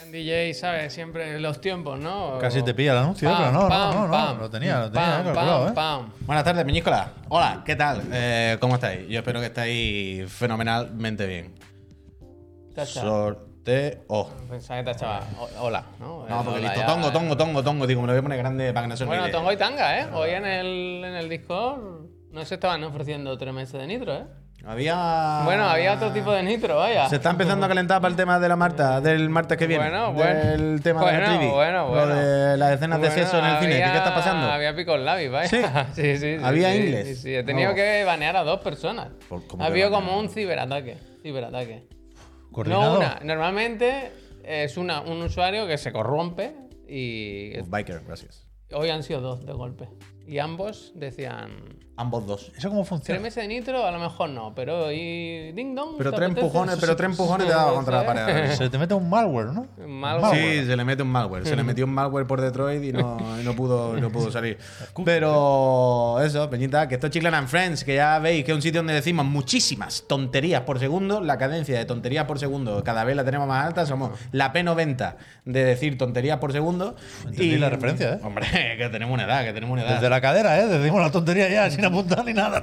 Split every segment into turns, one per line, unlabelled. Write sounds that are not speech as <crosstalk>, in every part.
buen DJ, ¿sabes? Siempre los tiempos, ¿no?
Casi te pilla el anuncio, ¿eh?
Pam,
pero no,
pam,
no, no, no,
pam.
lo tenía, lo tenía
Pam,
calculado,
pam,
¿eh?
pam.
Buenas tardes, Peñíscola. Hola, ¿qué tal? Eh, ¿Cómo estáis? Yo espero que estáis fenomenalmente bien.
Tacha.
Sorteo.
Pensaba que tachaba. o- Hola, ¿no?
No, porque
Hola,
listo.
ya.
Tongo, tongo, tongo, tongo. Digo, me lo voy a poner grande para que no se
Bueno,
olvide.
Tongo y Tanga, ¿eh? Hoy en el, en el Discord no se estaban ofreciendo tres meses de nitro, ¿eh?
Había.
Bueno, había otro tipo de nitro, vaya.
Ah. Se está empezando a calentar para el tema de la Marta, del martes que viene.
Bueno, bueno.
Del tema de la
Bueno,
trivi.
bueno, bueno.
Lo de las escenas
Bueno,
de sexo en el cine. ¿Qué,
había-
qué está pasando?
Había picos labios, vaya.
Sí.
<laughs> sí, sí, sí,
Había
sí,
inglés.
Sí, sí, he tenido
Vamos.
que banear a dos personas.
Por- ¿cómo
Ha
que
habido
banear?
como un ciberataque. Ciberataque.
Coordinado.
No una. Normalmente es una, un usuario que se corrompe y
Uf, biker, gracias.
hoy han sido dos de golpe. Y ambos decían,
Ambos dos.
¿Eso cómo
tres
funciona?
meses de nitro a lo mejor no, pero y ding dong.
Pero
¿te
tres
apetece?
empujones, pero tres empujones te daba contra la pared.
Se te mete un malware, ¿no? Ah,
Malware.
Sí, se le mete un malware. Se le metió un malware por Detroit y no, y no
<laughs>
pudo, y no pudo salir. Pero
eh.
eso, Peñita, que esto es Chiclan and Friends, que ya veis que es un sitio donde decimos muchísimas tonterías por segundo. La cadencia de tonterías por segundo cada vez la tenemos más alta. Somos la P90 de decir tonterías por segundo.
Entendí la referencia, ¿eh?
Hombre, <laughs> que tenemos una edad, que tenemos una edad.
Desde la cadera, ¿eh? Decimos la tontería
<laughs>
ya, sin apuntar ni nada.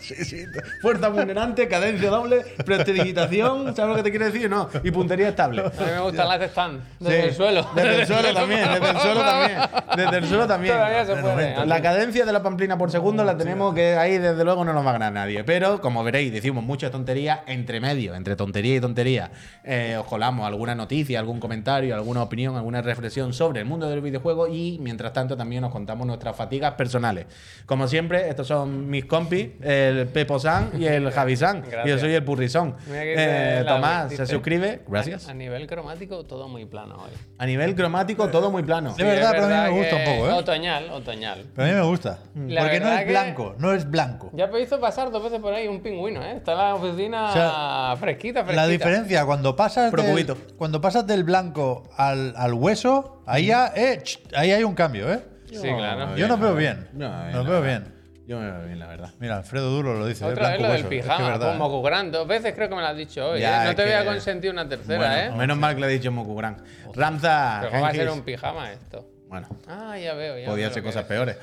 Sí, sí. Fuerza vulnerante, cadencia doble, prestidigitación, ¿sabes lo que te quiero decir? No. Y
<laughs>
puntería estable.
A mí me gustan las stand desde
Sí.
el suelo.
Desde el suelo también, desde el suelo también. Desde el suelo también.
Todavía se puede.
Perfecto. La cadencia de la pamplina por segundo la tenemos que ahí desde luego no nos va a ganar nadie. Pero como veréis, decimos muchas tonterías entre medio, entre tontería y tontería. Eh, os colamos alguna noticia, algún comentario, alguna opinión, alguna reflexión sobre el mundo del videojuego y mientras tanto también nos contamos nuestras fatigas personales. Como siempre, estos son mis compis, el Pepo San y el Javi San.
Gracias.
Y yo soy el Purrisón.
Mira que dice
Eh,
la-
Tomás,
dice,
se suscribe.
<laughs>
Gracias.
A, a nivel cromático, todo muy plano hoy.
A nivel cromático, todo muy plano.
De verdad,
es
pero a mí me gusta un
que-
poco, ¿eh?
Otoñal, otoñal.
Pero a mí me gusta.
Mm. La
porque no
verdad
es
que-
blanco, no es blanco.
Ya me hizo pasar dos veces por ahí un pingüino, ¿eh? Está la oficina
O sea,
fresquita, fresquita.
La diferencia, cuando pasas,
Pro
del,
cubito.
cuando pasas del blanco al, al hueso, ahí, ya,
Mm.
eh, ch, ahí hay un cambio, ¿eh?
Sí, claro.
Yo
bien,
nos veo
no,
bien.
no, bien,
Nos
no.
veo bien.
Yo me veo bien, la verdad.
Mira, Alfredo Duro lo dice. eh,
Otra vez lo
blanco
del
hueso. Es que
pijama,
es verdad,
con
¿eh?
Moku Gran. Dos veces creo que me lo has dicho hoy.
Ya,
¿eh? No
es
te voy a
que-
consentir una tercera,
Bueno,
¿eh?
Menos mal que le he dicho Mokugran. Ramza.
Pero ¿cómo va a ser
Henkis.
un pijama esto?
Bueno,
Ah, ya veo, ya
podía
veo lo
ser
que
cosas
es.
peores.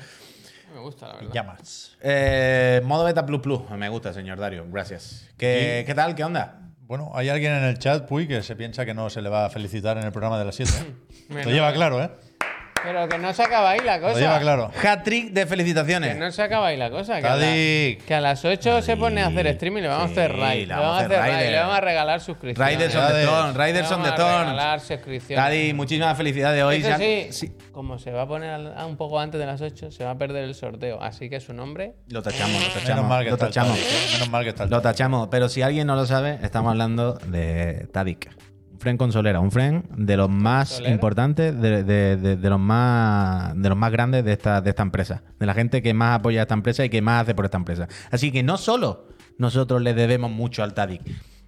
Me gusta, la verdad.
Llamas.
Eh, modo Beta Plus Plus. Me gusta, señor Dario. Gracias. ¿Qué, ¿qué tal? ¿Qué onda?
Bueno, hay alguien en el chat, Puy, que se piensa que no se le va a felicitar en el programa de
<laughs>
las 7. ¿eh?
Menos
Lo lleva
mal. Pues
claro, ¿eh?
Pero que no se acaba ahí la cosa.
Lo lleva claro.
Hat-trick de
Que
felicitaciones.
no se acaba ahí la cosa. Que a, la-
Cadic.
que a las 8 se pone a hacer stream y le vamos a hacer
Sí,
raid. Le vamos a hacer raid. Le vamos a regalar suscripciones.
Raiders on the
Felicidades.
Thorn. Raiders
Le
on the
vamos a
Thorn.
regalar suscripciones.
Cadi, muchísimas felicidades hoy.
Eso
Ya-
sí,
sí,
como se va a poner al- a un poco antes de las 8, se va a perder el sorteo. Así que su nombre.
Lo tachamos, lo
Menos mal
tachamos.
que
Lo
está el
tachamos.
chat, ¿eh? Menos mal que está el
Lo
chat.
tachamos, pero si alguien no lo sabe, estamos hablando de Tadic. Un friend consolera, un friend de los más
¿Consolera?
importantes, de, de- de- de los más de los más grandes de esta, de esta empresa. De la gente que más apoya a esta empresa y que más hace por esta empresa. Así que no solo nosotros le debemos mucho al Tadic,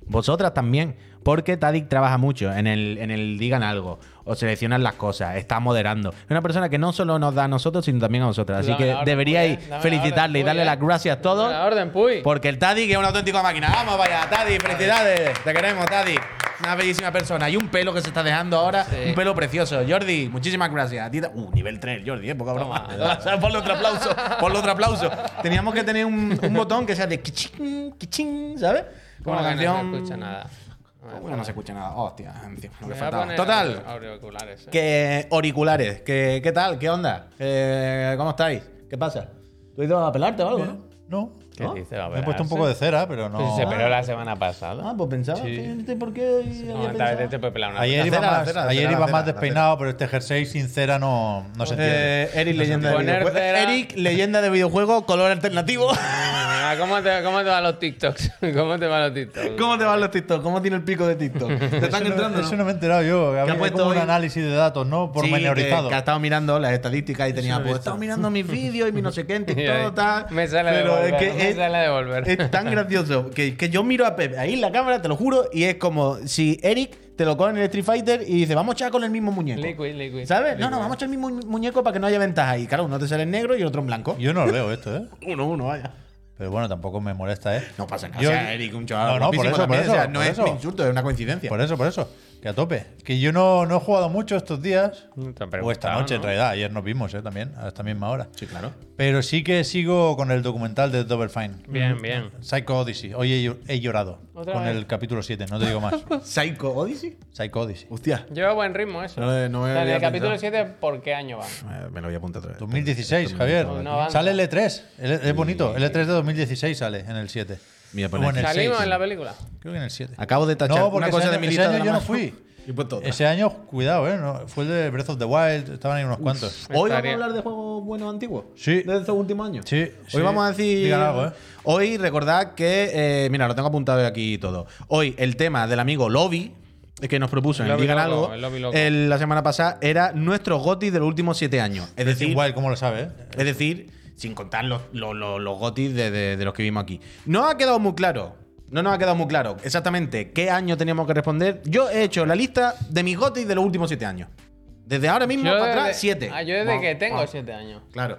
vosotras también, porque Tadic trabaja mucho en el, en el digan algo, o seleccionan las cosas, está moderando. Es una persona que no solo nos da a nosotros, sino también a vosotras. Así
Dame la
que
orden,
deberíais
Puy, eh. Dame la
felicitarle
orden,
y
Puy,
darle
eh.
las gracias a todos.
La orden, Puy.
Porque el Tadic es una auténtica máquina. Vamos, vaya, Tadic, felicidades. Te queremos, Tadic. Una bellísima persona. Y un pelo que se está dejando ahora.
Sí.
Un pelo precioso. Jordi, muchísimas gracias. A ti ta- Uh, nivel 3, Jordi, eh, poca broma. <laughs> ponle otro aplauso. Ponle otro aplauso. Teníamos que tener un, un botón que sea de kichín, kichín, ¿sabes? Como
Como
la
que
canción.
No se escucha nada.
Bueno, no se escucha nada. Hostia, encima, lo
Me voy
que
a
faltaba.
poner
Total,
aur- auriculares, eh.
que auriculares. Que, ¿Qué tal? ¿Qué onda? Eh, ¿Cómo estáis? ¿Qué pasa? ¿Tú has ido a pelarte o algo? no?
No.
¿Qué dice? Va a
Me he puesto
operarse.
un poco de cera, pero
Pues
no.
si se peló la semana pasada.
Ah, pues pensaba
Sí.
que no sé por qué hoy había
No, esta
pensado.
vez te puede pelar una
Ayer
La
iba
cera, la
más,
cera, la
ayer
cera,
iba
la
más
cera, la
despeinado, pero este jersey sin cera no, no se entiende.
Eh, Eric, leyenda de
Ponerte-
videojuego. Eric, leyenda de videojuego, color alternativo.
Ah, ¿Cómo te, ¿Cómo te van los TikToks? <laughs> ¿Cómo te van los TikToks?
¿Cómo te van los TikTok? ¿Cómo tiene el pico de TikTok? ¿Te están entrando?
Eso
no?
no me he enterado yo. que Había
puesto
como un
hoy?
análisis de datos, ¿no? Por
Sí,
meniorizado.
que, que ha estado mirando las estadísticas y tenía, pues, he estado mirando mis vídeos y mi no sé qué en
Y ahí,
TikTok, tal.
me sale de
Pero es
volver,
que
me
es,
sale de volver.
es tan gracioso que, que yo miro a Pep ahí en la cámara, te lo juro, y es como si Eric te lo coge en el Street Fighter y dice, vamos a echar con el mismo muñeco.
Liquid, liquid.
¿Sabes? No, no, vamos a echar el mismo muñeco para que no haya ventaja. Y claro, <laughs> uno te sale en negro y el otro en blanco.
Yo no lo veo esto, ¿eh?
Uno, uno, vaya.
Pero bueno, tampoco me molesta, ¿eh?
No pasa nada.
Yo-
o sea, Eric, un chaval.
No, no, por
guapísimo
eso, por
también, o
eso,
sea, no
por
es un
eso.
insulto, es una coincidencia.
Por eso, por eso. Que a tope. Que yo no, no he jugado mucho estos días. O esta noche, en realidad. Ayer nos vimos, ¿eh? También, a esta misma hora.
Sí, claro.
Pero sí que sigo con el documental de Double Fine.
Bien, bien.
Psycho Odyssey. Hoy he, llo- he llorado
Otra
con
vez.
el capítulo 7, no te
<laughs>
digo más.
Psycho Odyssey.
Psycho Odyssey.
Hostia.
Lleva buen ritmo eso.
No, eh, no
O
me
sea, en
había
el capítulo
pensado.
7, ¿por qué año va?
Eh, Me lo voy a apuntar otra vez.
2016,
Esto me-
Javier.
No, no avanza.
sale E L3. es bonito. L3 de 2016 sale en el 7.
Mira,
Bueno,
poner.
El
Salimos
seis.
en la película.
Creo que en el 7.
Acabo de tachar
No, porque
una
ese
cosa
año-
de mi lista
ese año
de la
yo no
mano.
fui.
<laughs> Y pues he puesto otra.
Ese año, cuidado, ¿eh? No, fue el de Breath of the Wild. Estaban ahí unos cuantos.
Hoy vamos a
Estaría.
hablar de juegos buenos antiguos.
Sí.
De este estos últimos años.
Sí,
Hoy
sí.
vamos a decir.
Digan algo, ¿eh?
Hoy recordad que. eh, mira, lo tengo apuntado aquí y todo. Hoy el tema del amigo Lobby que nos propuso en
El Lobby
Digan
Loco,
Algo
el Lobby Loco.
el- la semana pasada era nuestro GOTI de los últimos siete años. Es
Breath of the
decir,
Wild, ¿cómo lo sabe? eh?
es decir, sin contar los, los, los- los gotis de, de- de los que vimos aquí. No ha quedado muy claro. No nos ha quedado muy claro exactamente qué año teníamos que responder. Yo he hecho la lista de mis gotis de los últimos siete años. Desde ahora mismo para atrás, siete.
Ah, yo desde
Vamos,
que tengo
vamos.
7 años.
Claro.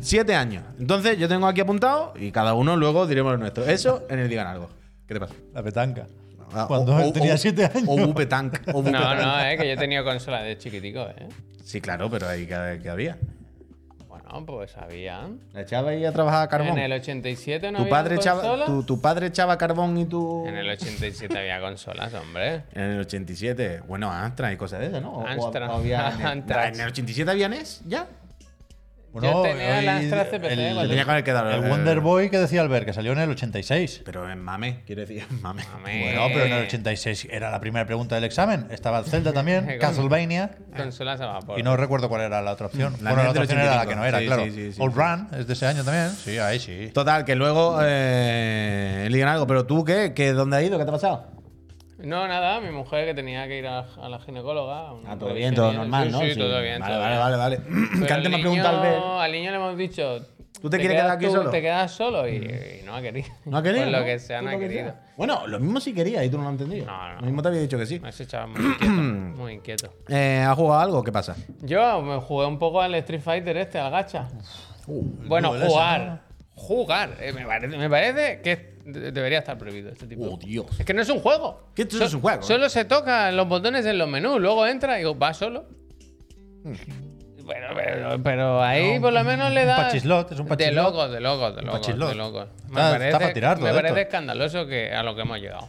Siete años. Entonces, yo tengo aquí apuntado y cada uno luego diremos lo nuestro. Eso en el Digan Algo. ¿Qué te pasa?
La petanca.
Ah,
Cuando
o-
él
o-
tenía
o-
7 años.
O Bupetank.
<laughs>
o
No,
Bupetank.
no, es que yo he tenido consola de chiquitico, ¿eh?
Sí, claro, pero ahí que, que había.
Bueno, pues había.
La echaba ahí a trabajar a carbón.
En el 87 no
tu,
había
padre echaba,
consolas.
tu, tu padre echaba carbón y tu.
En el 87 había consolas, hombre.
En el 87, bueno, Amstrad y cosas de esas, ¿no? O- o-
Amstrad.
o
<laughs>
había NES.
Amstrad.
en el 87 había NES, ya.
Yo tenía las tres CPC cuando-
Tenía que haber quedado
el
el- eh,
Wonder Boy que decía Albert, que salió en el 86.
Pero en mame, quiero decir, en mame.
Mame.
Bueno, pero en el 86 era la primera pregunta del examen. Estaba el
<laughs>
Zelda también,
Con-
Castlevania.
Consolas a vapor.
Y no recuerdo cuál era la otra opción.
La
bueno, la
mía
otra
es
opción
del
era la
85.
que no era,
Sí,
claro.
sí, sí, sí,
Old
sí.
Run es de ese año también. Sí, ahí sí.
Total, que luego eh, el Ligan algo. Pero tú, ¿qué? ¿Qué- ¿Dónde has ido? ¿Qué te ha pasado?
No, nada, mi mujer que tenía que ir a, a la ginecóloga. a una
Ah, todo
revisión
bien, todo
y eso.
normal,
Sí,
¿no?
Sí,
Sí.
todo bien.
Vale,
todo
vale,
bien.
vale, vale.
Pero
Que antes me
al
ha preguntado
niño-
Albert.
Al niño le hemos dicho.
¿Tú te quieres
quedas
quedar aquí
tú-
solo? Mm.
Te quedas solo y, y no ha querido.
<laughs> ¿No ha querido?
Por lo
¿no?
que sea,
Tú
no ha
lo que
querido.
sea. Bueno, lo mismo si quería y tú no lo has entendido.
No, no.
Lo mismo te había dicho que sí.
Ese chaval muy inquieto.
<clears throat>
muy inquieto.
Eh, ¿Has jugado algo? ¿Qué pasa?
Yo me jugué un poco al Street Fighter este, al gacha. bueno,
duel ese,
jugar. Jugar. Eh, me, parece, me parece que es- de- debería estar prohibido este tipo. de
Oh,
juego.
Dios.
Es que no es un juego.
Que esto no es un juego, ¿eh?
Solo se tocan los botones en los menús, luego entra y va solo. Pero, pero, pero ahí
Mm. No,
por lo menos le
un
da.
pachislot, es un
De
pachislot.
locos, de locos, de locos.
pachislot.
De locos.
Está- está pa' tirar todo
me
esto.
parece escandaloso que a lo que hemos llegado.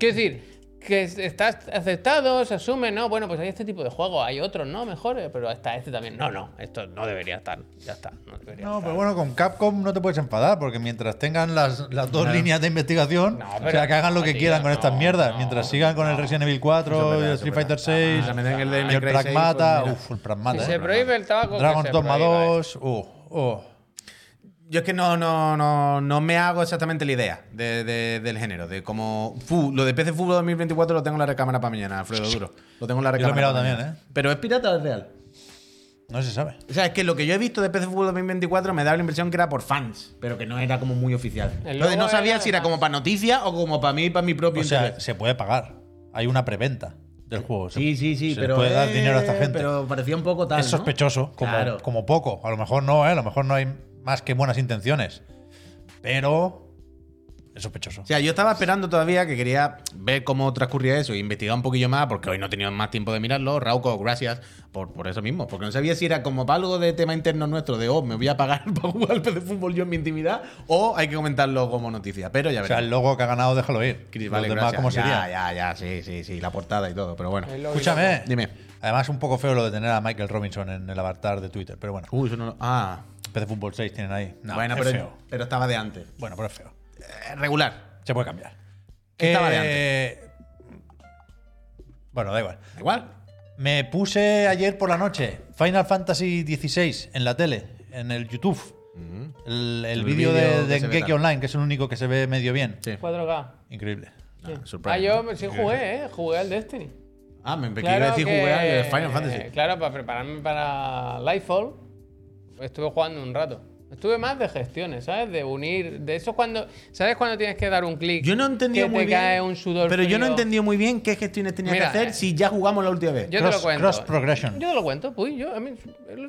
Quiero decir, que es- está aceptado, se asume, no, bueno, pues hay este tipo de juegos, hay otros, ¿no? Mejores, pero está este también. No, no, esto no debería estar. Ya está, no debería
No,
estar.
pero bueno, con Capcom no te puedes enfadar, porque mientras tengan las, las dos líneas de investigación,
No,
o sea,
pero-
que hagan lo que
no,
quieran
tío,
con estas
no,
mierdas.
no,
mientras sigan con el Resident Evil 4,
Eso es
y el
verdad,
Street
eso es
Fighter
verdad.
6,
Ah, también el de
y el
Minecraft 6,
Pragmata,
pues mira.
uff, el Pragmata.
Si
eh.
se prohíbe el tabaco, que
Dragon
se
Dogma
prohíba, ¿eh?
2, uh, uh.
Yo es que no, no, no, no me hago exactamente la idea de- de- del género. De como. Fu, lo de PC Fútbol 2024 lo tengo en la recámara para mañana, Alfredo Duro. Lo tengo en la
Yo lo he
recámara.
mirado
pa'
también,
mañana.
¿eh?
Pero es pirata o es real.
No se sabe.
O sea, es que lo que yo he visto de PC Fútbol 2024 me da la impresión que era por fans, pero que no era como muy oficial.
El
Entonces no
logo
sabía
era
si era
de
como para noticias o como para mí, para mi propio
O sea,
interés.
se puede pagar. Hay una preventa del juego. Se-
Sí, sí, sí,
se le
pero.
puede dar
eh,
dinero a esta gente.
Pero parecía un poco tal.
es
¿no?
sospechoso, como,
Claro.
como poco. A lo mejor no, ¿eh? A lo mejor no hay más que buenas intenciones. Pero es sospechoso.
O sea, yo estaba esperando todavía que quería ver cómo transcurría eso e investigar un poquillo más, porque hoy no he tenido más tiempo de mirarlo. Rauco, gracias por, por eso mismo, porque no sabía si era como para algo de tema interno nuestro, de oh, me voy a pagar <laughs> para jugar al PC fútbol yo en mi intimidad, o hay que comentarlo como noticia. Pero ya
O sea,
veremos.
el logo que ha ganado, déjalo ir.
Chris,
Los
vale,
demás,
gracias.
¿cómo
ya,
sería?
ya, ya, sí, sí, sí, la portada y todo, pero bueno.
El logo y
Escúchame. ¿eh?
Dime.
Además, un poco feo lo de tener a Michael Robinson en el avatar de Twitter. Pero bueno,
Uy, eso no lo- Ah,
PC Fútbol 6 tienen ahí. No,
bueno,
es
pero,
feo.
pero estaba de antes.
Bueno, pero es feo.
Eh, regular.
Se puede cambiar. Eh,
¿Qué estaba de
Bueno, da igual.
Igual.
Me puse ayer por la noche Final Fantasy XVI en la tele, en el YouTube. El, el
Mm. El
vídeo
vídeo
de,
que
de
se ve
Geki
tal.
Online, que es el único que se ve medio bien.
Sí.
4K.
Increíble.
Ah, surprise.
Ah, yo sí jugué, ¿eh? Jugué al Destiny.
Ah, me me
Claro
quería decir
que- eh,
jugar al Final Fantasy.
Claro, para prepararme para Lightfall, estuve jugando un rato. Estuve más de gestiones, ¿sabes? De unir. De eso cuando. ¿Sabes cuando tienes que dar un clic?
Yo no entendí
que
muy
te
bien.
cae un sudor
pero yo no
frío?
entendí muy bien qué gestiones tenía
Mira,
que hacer
eh,
si ya jugamos la última vez.
Yo te
Cross-
lo cuento.
cross progression.
Yo te lo cuento, pues yo, a mí,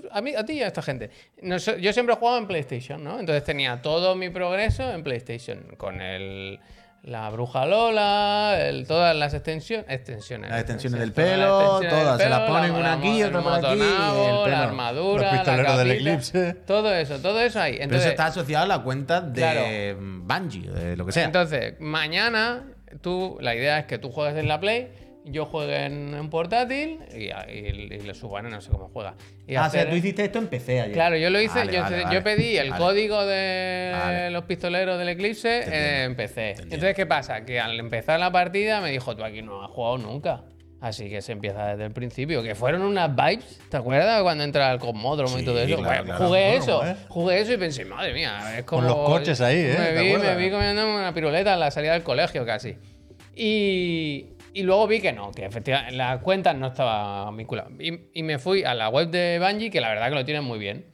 a mí- a ti y a esta gente. Nos- yo siempre he jugado en PlayStation, ¿no? Entonces tenía todo mi progreso en PlayStation, con el, la bruja Lola, el- todas las extensiones. extensiones
Las extensiones del
todas
pelo,
extensiones del
todas, se las
pelo,
ponen
la-
una
la
aquí,
mo- el
otra por aquí, y el
motonabo,
pelo.
La armadura,
Los pistoleros
la
del
capita,
Eclipse.
Todo eso, todo eso ahí.
Pero
Entonces,
eso está asociado a la cuenta de
Claro.
Bungie, de lo que sea.
entonces, mañana tú, la idea es que tú juegues en la Play, yo juegue en, en portátil y, a- y- y le suban, no sé cómo juega. Y
ah, o
hacer-
sea, tú hiciste esto en PC ayer.
Claro, yo lo hice,
Vale,
yo,
vale,
yo
vale.
pedí el
Vale.
código de
Vale.
los pistoleros del Eclipse eh, en PC. Entonces, ¿qué pasa? Que al empezar la partida me dijo, tú aquí no has jugado nunca. Así que se empieza desde el principio, que fueron unas vibes, ¿te acuerdas? Cuando entra al cosmódromo y
Sí,
todo eso.
claro,
Bueno,
claro.
Jugué eso,
Cosmódromo, ¿eh?
jugué eso y pensé, madre mía, es como...
Con los coches ahí, ¿eh?
Me
¿Te
vi, me
acuerdas?
vi comiendo una piruleta en la salida del colegio casi. Y, y luego vi que no, que efectivamente las cuentas no estaban vinculadas. Y, y me fui a la web de Bungie, que la verdad que lo tienen muy bien.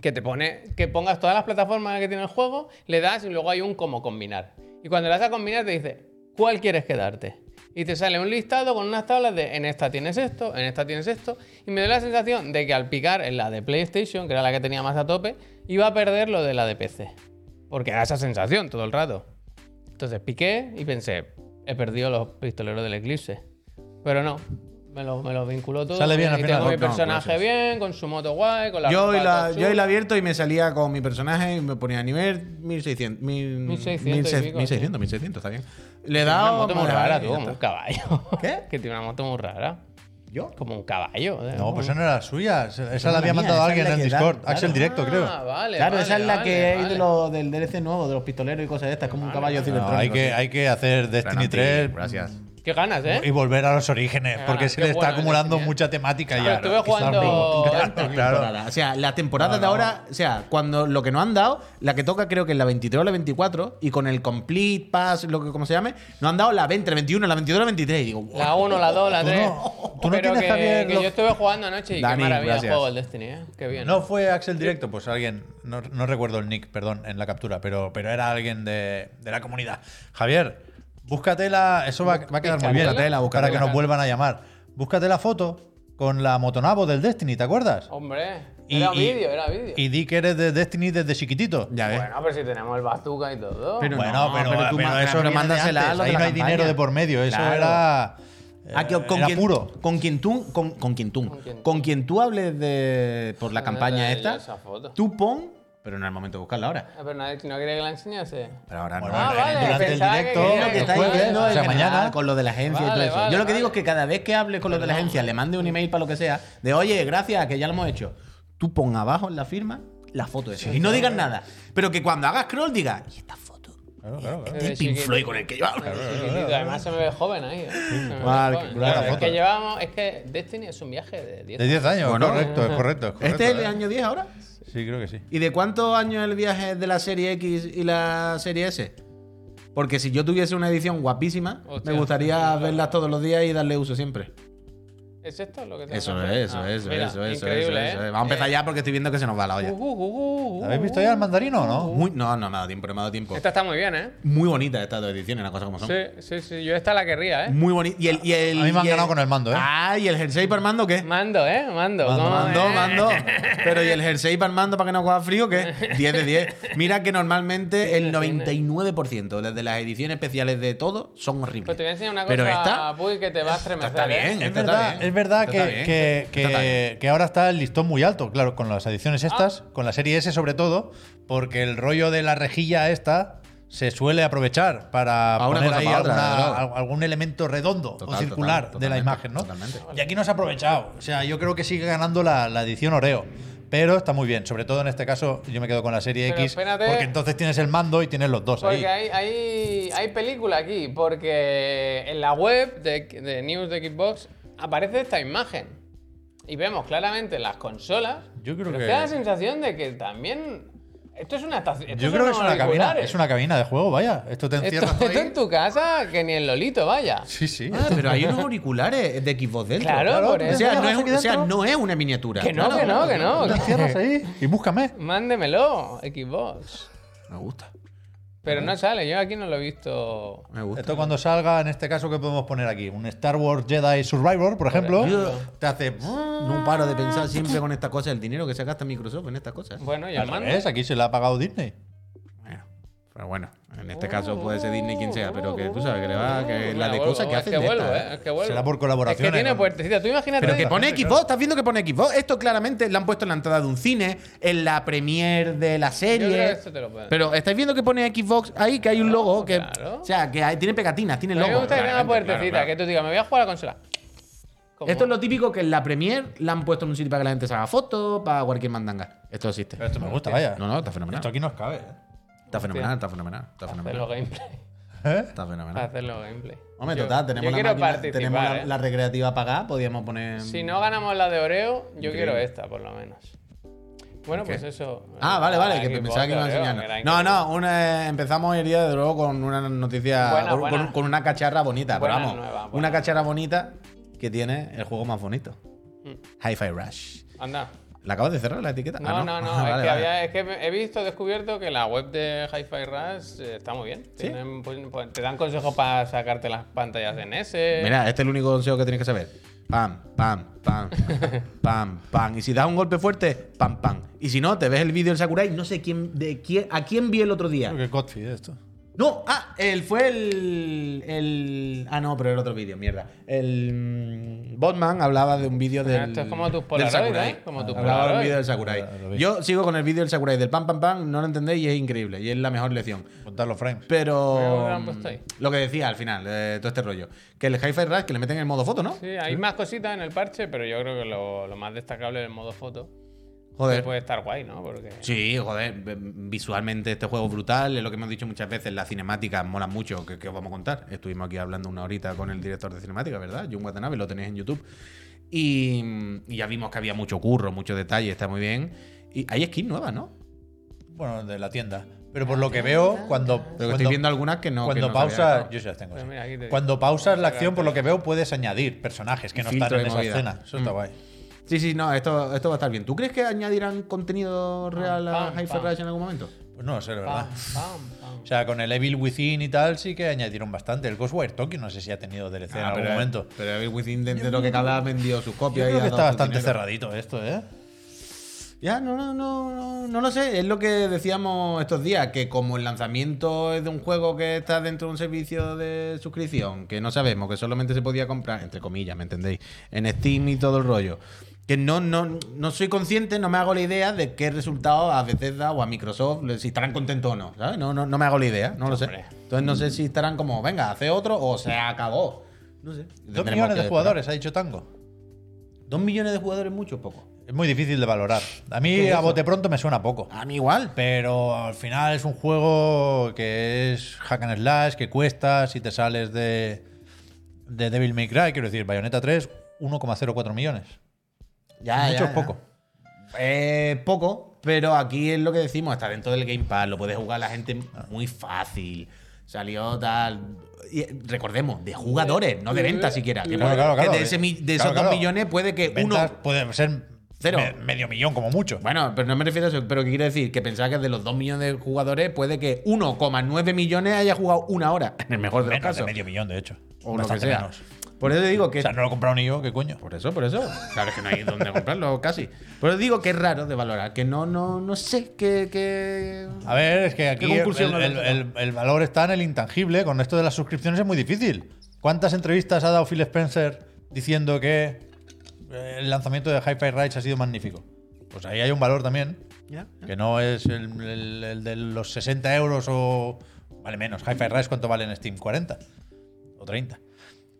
Que te pone, que pongas todas las plataformas que tiene el juego, le das y luego hay un como combinar. Y cuando le das a combinar te dice, ¿cuál quieres quedarte? Y te sale un listado con unas tablas de en esta tienes esto, en esta tienes esto. Y me dio la sensación de que al picar en la de PlayStation, que era la que tenía más a tope, iba a perder lo de la de PC. Porque da esa sensación todo el rato. Entonces piqué y pensé, he perdido los pistoleros del eclipse. Pero no, me los me lo vinculó todo.
Sale bien
y
al final.
Tengo mi
No,
personaje
gracias.
bien, con su moto guay, con la
Yo
ropa
hoy, la,
toda
yo hoy la
chula.
abierto y me salía con mi personaje y me ponía a nivel 1600. mil-
1600 y
1600,
pico,
1600, 1600, está bien. Le he
Una
dado.
moto muy
madre,
rara,
y
tú,
ya
como un
está.
caballo.
¿Qué?
<laughs> que tiene una moto muy rara.
¿Yo?
Como un caballo.
No, pues esa no era suya. Esa esa
es
la
la
había
mía,
mandado
esa es
alguien
la
en
que
Discord.
dan,
Axel
claro.
directo, creo.
Ah, vale.
claro,
vale,
esa es la
vale,
que hay
vale.
de los- del DLC nuevo, de los pistoleros y cosas de estas, como un caballo
No,
cibertrónico.
hay, que, hay que hacer Destiny 3
Gracias.
Qué ganas, ¿eh?
y volver a los orígenes,
Ah,
porque se
qué
le está
bueno,
acumulando
Destiny, ¿eh?
mucha temática
Ah,
ya.
estuve
Quizá
jugando-
no.
Claro,
<laughs> Claro,
temporada. O sea, las temporadas de ahora, o sea, cuando lo que nos han dado, la que toca creo que es la 23 o la 24, y con el Complete Pass, lo que como se llame, nos han dado la 20, la 21, la 22, la 23. Y digo,
La 1, la 2, la
Tú
3.
no- tú no
Pero
tienes,
que,
Javier,
que
lo-
yo estuve jugando anoche y
Dani,
qué maravilla el
gracias.
juego el Destiny, ¿eh? Qué bien.
No fue Axel directo, pues alguien, no, no recuerdo el nick, perdón, en la captura, pero, pero era alguien de, de la comunidad. Javier, búscatela, eso va, va a quedar muy bien,
Búscatela,
para
búscatela.
que nos vuelvan a llamar. Búscate la foto con la motonavo del Destiny, ¿te acuerdas?
Hombre,
Y-
era
y-
vídeo, era vídeo.
Y di que eres de Destiny desde chiquitito.
ya ves.
Bueno, pero si tenemos el bazooka y todo.
Pero
bueno,
no,
pero,
pero tú
pero
ma-
eso
pero
viene de
mándasela
antes,
a los de
Ahí
la
no hay
campaña.
dinero de por medio, eso
Claro.
era,
Ah, que-
eh,
con,
era
quien,
puro.
con quien tú con, con quien tú
Con quien tú.
con quien tú hables de por la
Joder,
campaña
yo
esta
esa foto.
tú pon pero no es el momento de buscarla ahora
Ah, Pero nadie no quería que la enseñase.
pero ahora
Bueno,
no
Ah, vale,
durante el
pensaba que
directo,
quería
Lo
que
que está
jueves,
diciendo
o
es
sea,
que
mañana,
nada, con lo de la agencia y todo
Vale,
eso.
vale,
Yo lo que digo es
vale.
que cada vez que hables con lo de la agencia, le mande un email para lo que sea, de oye, gracias, que ya lo hemos hecho. Tú pon abajo en la firma la foto esa. y no digas nada. Pero que cuando hagas scroll digas, y esta foto.
Claro, claro, claro.
Desde
El Pink
chiquito.
Floyd con el que yo hablo.
Desde chiquitito. Además se me ve joven ahí. ¿eh? Se me ve
Eh, Vale,
joven.
que clara
Claro, es
foto.
que llevamos. Es que Destiny es un viaje de 10
De 10 años,
Bueno.
correcto, es correcto, es correcto,
¿Este es el
eh.
año 10 ahora?
Sí, creo que sí.
¿Y de cuántos años el viaje de la serie X y la serie S? Porque si yo tuviese una edición guapísima,
Hostia.
me gustaría verlas todos los días y darle uso siempre.
¿Es esto lo que tengo
Eso
que hacer?
es, eso
Ah,
es, eso
mira,
es, eso es, eso es.
increíble,
eso
¿eh?
es. Vamos a empezar ya porque estoy viendo que se nos va la olla.
Uh, uh, uh, uh, uh,
¿Habéis visto ya el mandarino o no?
Oh, Muy, no, no me ha dado tiempo, no me ha dado tiempo.
Esta Uh. está muy bien, ¿eh?
Muy bonita estas dos ediciones, una cosa como son.
Sí, sí, sí. Yo esta la querría, ¿eh?
Muy bonita. Y el, y el,
A mí me han
y el-
ganado con el mando, ¿eh?
Ah, ¿y el jersey para Armando qué?
Mando, ¿eh? Mando.
Mando,
¿cómo
Mando,
es?
mando. Pero ¿y el jersey para Armando para que no coja frío qué? 10 de 10. Mira que normalmente el 99% de las ediciones especiales de todo son
Pues
horribles.
te voy a enseñar una cosa,
Pero esta,
Puy, que te va a estremecer.
está
¿eh?
bien,
Es
esta está
verdad,
bien,
es verdad
esta
que,
está bien,
que-
esta está
que-
bien. Ah.
que ahora está el listón muy alto, claro, con las ediciones estas, con la serie S sobre todo, porque el rollo de la rejilla esta se suele aprovechar para
Para una
poner
cosa,
ahí
para otra,
alguna-
claro.
algún elemento redondo
Total,
o circular
total,
de la
totalmente,
imagen, ¿no?
totalmente.
Y aquí no se ha aprovechado. O sea, yo creo que sigue ganando la, la edición Oreo. Pero está muy bien, sobre todo en este caso yo me quedo con la serie
Pero
X,
espérate. eh,
porque entonces tienes el mando y tienes los dos
Porque
ahí.
Pues hay, hay, hay película aquí, porque en la web de, de News de Xbox aparece esta imagen. Y vemos claramente las consolas.
Yo creo
pero
que-
te da la sensación de que también Esto es una estación. esto
Yo
son
creo que es
unos
una cabina.
auriculares.
Es una cabina de juego, vaya. Esto te
Esto,
encierras
esto
ahí.
en tu casa, que ni el Lolito, vaya.
Sí, sí.
Ah, pero hay unos auriculares de Xbox dentro.
Claro, Claro, por
O
eso.
sea, no
¿Vas
es,
aquí
o sea,
dentro?
no es una miniatura.
Que no,
claro.
que no, que no.
Te encierras ahí y búscame.
Mándemelo, Xbox.
Me gusta.
Pero no sale, yo aquí no lo he visto.
Me gusta.
Esto cuando salga, en este caso, ¿qué podemos poner aquí? Un Star Wars Jedi Survivor, por ejemplo.
ejemplo.
Te hace. "Mm".
No paro de pensar siempre con estas cosas, el dinero que se gasta Microsoft en estas cosas.
Bueno, yo mando.
¿Ves? Aquí se la ha pagado Disney.
Bueno, pero bueno, en este caso puede ser Disney quien sea, pero que tú sabes que le va, que la de cosas que hacen.
Es que
de
vuelvo,
estas,
eh, es que vuelvo.
Será por
colaboración.
colaboraciones,
Es que tiene
¿no?
puertecita. Tú imagínate.
Pero que pone Xbox, estás viendo que pone Xbox. Esto claramente lo han puesto en la entrada de un cine, en la premiere de la
Yo creo que
serie.
esto te lo pueden.
Pero estáis viendo que pone Xbox ahí, que hay un logo que.
claro.
O sea, que hay- tiene pegatinas, tiene
a
logo.
mí me gusta que tenga una
claramente,
puertecita,
claro, claro.
que tú digas, me voy a jugar a la consola. Como-
Esto es lo típico que en la premiere la han puesto en un sitio para que la gente se haga fotos, para cualquier mandanga. Esto existe.
Pero esto me gusta, vaya.
No, no, está fenomenal.
Esto aquí nos cabe. ¿eh?
Está fenomenal, está fenomenal, está
Hacer los
fenomenal. <laughs>
gameplay.
¿Eh?
Está
Para
fenomenal.
hacer los gameplay.
Hombre,
Ah, Yo-
total, tenemos,
yo
la,
quiero
máquina-
participar.
tenemos la,
¿eh?
la recreativa pagada, podíamos poner.
Si no ganamos la de Oreo, yo quiero
Increíble.
esta, por lo menos. Bueno, pues eso.
Ah, vale, vale,
La
que
Xbox
pensaba que
de
iba a
Oreo,
enseñarnos.
que era
No,
increíble.
no, una- empezamos el día de luego con una noticia,
Buena,
con,
buena.
con- con una cacharra bonita,
Buena
pero vamos,
nueva, buena.
una cacharra bonita que tiene el juego más bonito, Hi-Fi Rush.
Anda.
¿La acabas de cerrar la etiqueta?
Mm. No,
Ah,
no, no.
<laughs> Ah,
es,
vale,
que
vale.
había- es que he visto, he descubierto que la web de Hi-Fi Rush eh, está muy bien. Tienen, pues, pues, te dan consejos para sacarte las pantallas de NES.
Mira, este es el único consejo que tienes que saber. Pam, pam, pam,
<laughs>
pam, pam. Y si das un golpe fuerte, pam, pam. Y si no, te ves el vídeo del Sakurai, no sé quién, de quién, a quién vi el otro día.
Creo que Godfrey esto.
No, ah, él fue el, el- Ah, no, pero era otro vídeo, mierda. El. mm, Botman hablaba de un vídeo del.
Ah, esto es como tus
del
Polaroid,
Sakurai.
¿eh? Como tus
hablaba de un
Polaroid.
vídeo del
Ah, lo
Sakurai.
vi.
Yo sigo con el vídeo del Sakurai, del pam, pam, pam, no lo entendéis y es increíble. Y es la mejor lección.
Contar los frames.
Pero pues
Pero. mm,
lo han puesto ahí.
Lo que decía al final, de todo este rollo. Que el Hi-Fi Rush, que le meten en modo foto, ¿no?
Sí, hay más cositas en el parche, pero yo creo que lo, lo más destacable es el modo foto. Que
Joder.
puede estar guay, ¿no? Porque.
Sí, joder, v- visualmente este juego es brutal, es lo que hemos dicho muchas veces, las cinemáticas molan mucho, que, que os vamos a contar. Estuvimos aquí hablando una horita con el director de cinemática, ¿verdad? Jun Watanabe, lo tenéis en YouTube. Y, y ya vimos que había mucho curro, mucho detalle, está muy bien. Y hay skins nuevas, ¿no?
Bueno, de la tienda. Pero por lo que veo, cuando.
Pero que
cuando-
estoy viendo algunas que no.
Cuando
que no
pausa.
sabía.
Yo sí las tengo.
Pues
sí.
mira, aquí te digo.
Cuando pausas la acción, por lo que veo, puedes añadir personajes que no están
Filtro
en
de
esa
movida.
escena. Eso está
Mm.
guay.
Sí, sí, no, esto, esto va a estar bien. ¿Tú crees que añadirán contenido real a
pam,
Hi-Fi
pam.
Rush en algún momento?
Pues no lo sé, la
Pam,
Ah.
verdad.
pam, pam.
O sea, con el Evil Within y tal sí que añadieron bastante. El Ghostwire Tokyo no sé si ha tenido DLC en algún momento.
Ah, Pero eh, el Within, de, de lo que cada ha vendido sus
Yo
copias. y
creo
ha
que está
dado su
bastante
dinero.
cerradito esto, ¿eh?
Ya, no, no, no, no, no lo sé. Es lo que decíamos estos días, que como el lanzamiento es de un juego que está dentro de un servicio de suscripción, que no sabemos, que solamente se podía comprar, entre comillas, ¿me entendéis? En Steam y todo el rollo. Que no, no, no soy consciente, no me hago la idea de qué resultado a Bethesda o a Microsoft, le- si estarán contentos o no, ¿sabes? No, no, no me hago la idea, no lo sé.
Hombre.
Entonces no sé si estarán como, venga, hace otro o se acabó. No sé.
Dos
Tendremos
millones
que
de jugadores, ha dicho Tango.
esperar. Dos millones de jugadores, mucho o poco.
Es muy difícil de valorar. A mí a bote pronto me suena poco.
A mí igual.
Pero al final es un juego que es hack and slash, que cuesta. Si te sales de, de Devil May Cry, quiero decir, Bayonetta 3, 1,04 millones.
Ya,
Mucho
ya,
o
ya.
poco.
Eh, poco, pero aquí es lo que decimos, está dentro del Game Pass, lo puede jugar la gente muy fácil. Salió tal. y recordemos, de jugadores, no de ventas siquiera. Que
Claro,
puede-
claro,
que
claro.
de, ese mi- de esos
Claro,
dos
claro.
millones puede que
Ventas
Eh, uno.
puede ser
Cero.
me- medio millón como mucho.
Bueno, pero no me refiero a eso, pero que quiero decir que pensaba que de los dos millones de jugadores puede que 1,9 millones haya jugado una hora, <laughs> en el mejor de los
Menos de
casos.
medio millón, de hecho.
O lo que
Bastante
sea.
menos.
Por eso digo que
O sea, no lo he comprado ni yo, ¿qué coño?
Por eso, por eso. Claro que no hay donde comprarlo, <laughs> casi. Pero digo que es raro de valorar, que no, no, no sé qué. qué-
A ver, es que aquí
¿Qué
el,
conclusión
el-
no
el- el valor está en el intangible. Con esto de las suscripciones es muy difícil. ¿Cuántas entrevistas ha dado Phil Spencer diciendo que eh, el lanzamiento de Hi-Fi Rights ha sido magnífico? Pues ahí hay un valor también,
Ya.
que no es el, el- el de los 60 euros o... Vale menos, Hi-Fi Rights cuánto vale en Steam, 40 o 30.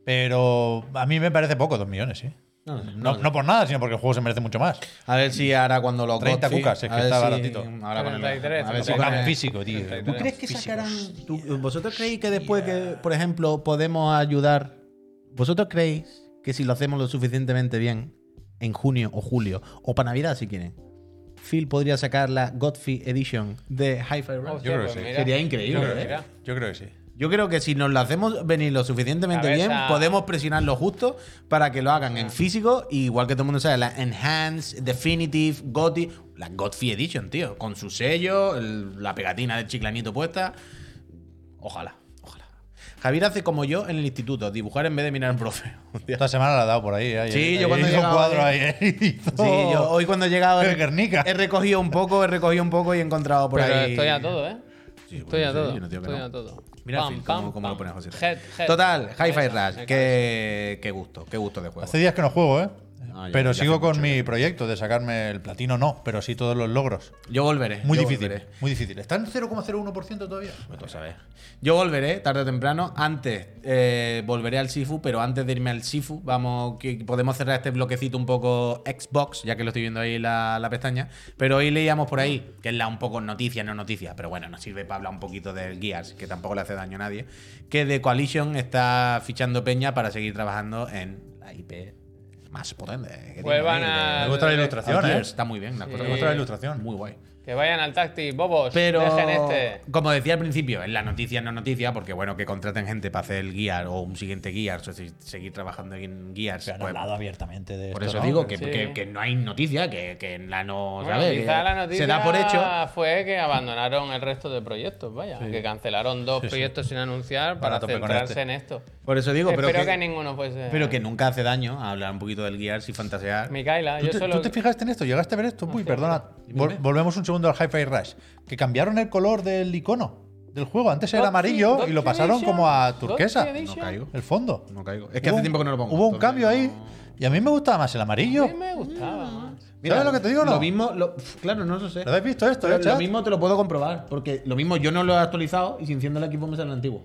Pero a mí me parece poco, 2 millones, sí.
No lo sé,
No, no por nada, sino porque el juego se merece mucho más.
A ver si ahora cuando lo
30
Godfrey-
cucas, es
a
que
ver
está baratito.
Ahora con el-
33,
a ver si
33.
con el-
Gran físico, tío.
¿Tú crees que sacarán. tú- ¿Vosotros creéis que después que, por ejemplo, podemos ayudar? ¿Vosotros creéis que si lo hacemos lo suficientemente bien, en junio o julio, o para Navidad si quieren, Phil podría sacar la Godfrey Edition de Hi-Fi Rush.
Yo creo que sí.
Sería increíble,
pues Yo creo que
¿eh?
mira.
Yo creo que sí.
Yo creo que si nos lo hacemos venir lo suficientemente
Cabeza.
bien, podemos presionar lo justo para que lo hagan en físico, y igual que todo el mundo sabe, la Enhanced, Definitive, Gotti, la Godfrey Edition, tío, con su sello, el- la pegatina del chiclanito puesta. Ojalá, ojalá. Javier hace como yo en el instituto, dibujar en vez de mirar al profe.
<laughs>
Hostia.
Esta semana la ha dado por ahí. ¿eh?
Sí,
Ayer
yo cuando
hizo
llegaba
un cuadro ¿eh?
ahí-
<laughs> ayer. hizo-
<laughs> Sí, yo Er- hoy cuando he llegado
Pero
he,
Guernica.
he recogido un poco, he recogido un poco y he encontrado por
Pero
ahí.
estoy a todo, ¿eh?
Sí,
Estoy
bueno,
a
sí,
todo.
yo no digo que
estoy
no.
a todo.
Mira, Phil, cómo, cómo lo
pam.
pone José.
Head, head.
Total, Hi-Fi
Cabeza,
Rush. Qué, qué gusto, qué gusto de juego.
Hace días que no juego, ¿eh?
Ah, ya-
pero
ya
sigo
hace
con
mucho
mi proyecto de sacarme el platino, no, pero sí todos los logros.
Yo volveré.
Muy
yo
difícil,
volveré.
muy difícil. Está en 0,01% todavía.
Pues tú sabes. Yo volveré tarde o temprano. Antes eh, volveré al Sifu, pero antes de irme al Sifu, vamos, que podemos cerrar este bloquecito un poco Xbox, ya que lo estoy viendo ahí la, la pestaña. Pero hoy leíamos por ahí, que es la un poco noticia, no noticia, pero bueno, nos sirve para hablar un poquito del Gears, que tampoco le hace daño a nadie. Que The Coalition está fichando Peña para seguir trabajando en la IP más potente. que tiene
Vuelvan
ahí,
a-
Me
de-
gusta la
Al-
ilustración,
Gears,
¿eh?
Está muy bien, la cosa
Me
que-
gusta la ilustración.
Muy guay.
Que vayan al táctil, bobos.
Pero,
Dejen este.
como decía al principio, en la noticia no noticia, porque bueno, que contraten gente para hacer el Gear o un siguiente Gear, o si- seguir trabajando en Gears.
Se han
pues,
hablado abiertamente de
por
esto,
eso
¿no?
digo que,
Sí.
que- que no hay noticia, que, que en la no.
Bueno,
¿sabes? Que
quizá la noticia
se da por hecho.
fue que abandonaron el resto de proyectos, vaya. Que cancelaron dos proyectos sin anunciar para,
Para tope con
centrarse
este.
en esto.
Por eso digo, pero
Espero que,
que,
ninguno fuese.
pero que nunca hace daño hablar un poquito del Gears y fantasear.
Micaela,
¿Tú
Ah, yo
te,
solo.
tú te fijaste en esto? ¿Llegaste a ver esto? Uy,
sí,
perdona. Vol- volvemos un segundo al Hi-Fi Rush. Que cambiaron el color del icono del juego. Antes era
Dodge-
amarillo y
Dodge
lo pasaron
Edition,
como a
Dodge
turquesa.
Edition.
No caigo.
El fondo.
No caigo. Es que
Hubo
hace
un-
tiempo que no lo pongo.
Hubo un
entonces
cambio ahí.
no-
Y a mí me gustaba más el
A
amarillo.
mí me gustaba
Pues
más.
¿Sabes lo que te digo, no?
Lo mismo, lo- pf, claro, no lo sé.
¿Lo habéis visto esto,
Pero
eh, chat?
Lo mismo te lo puedo comprobar, porque lo mismo yo no lo he actualizado y si enciendo el equipo me sale el antiguo.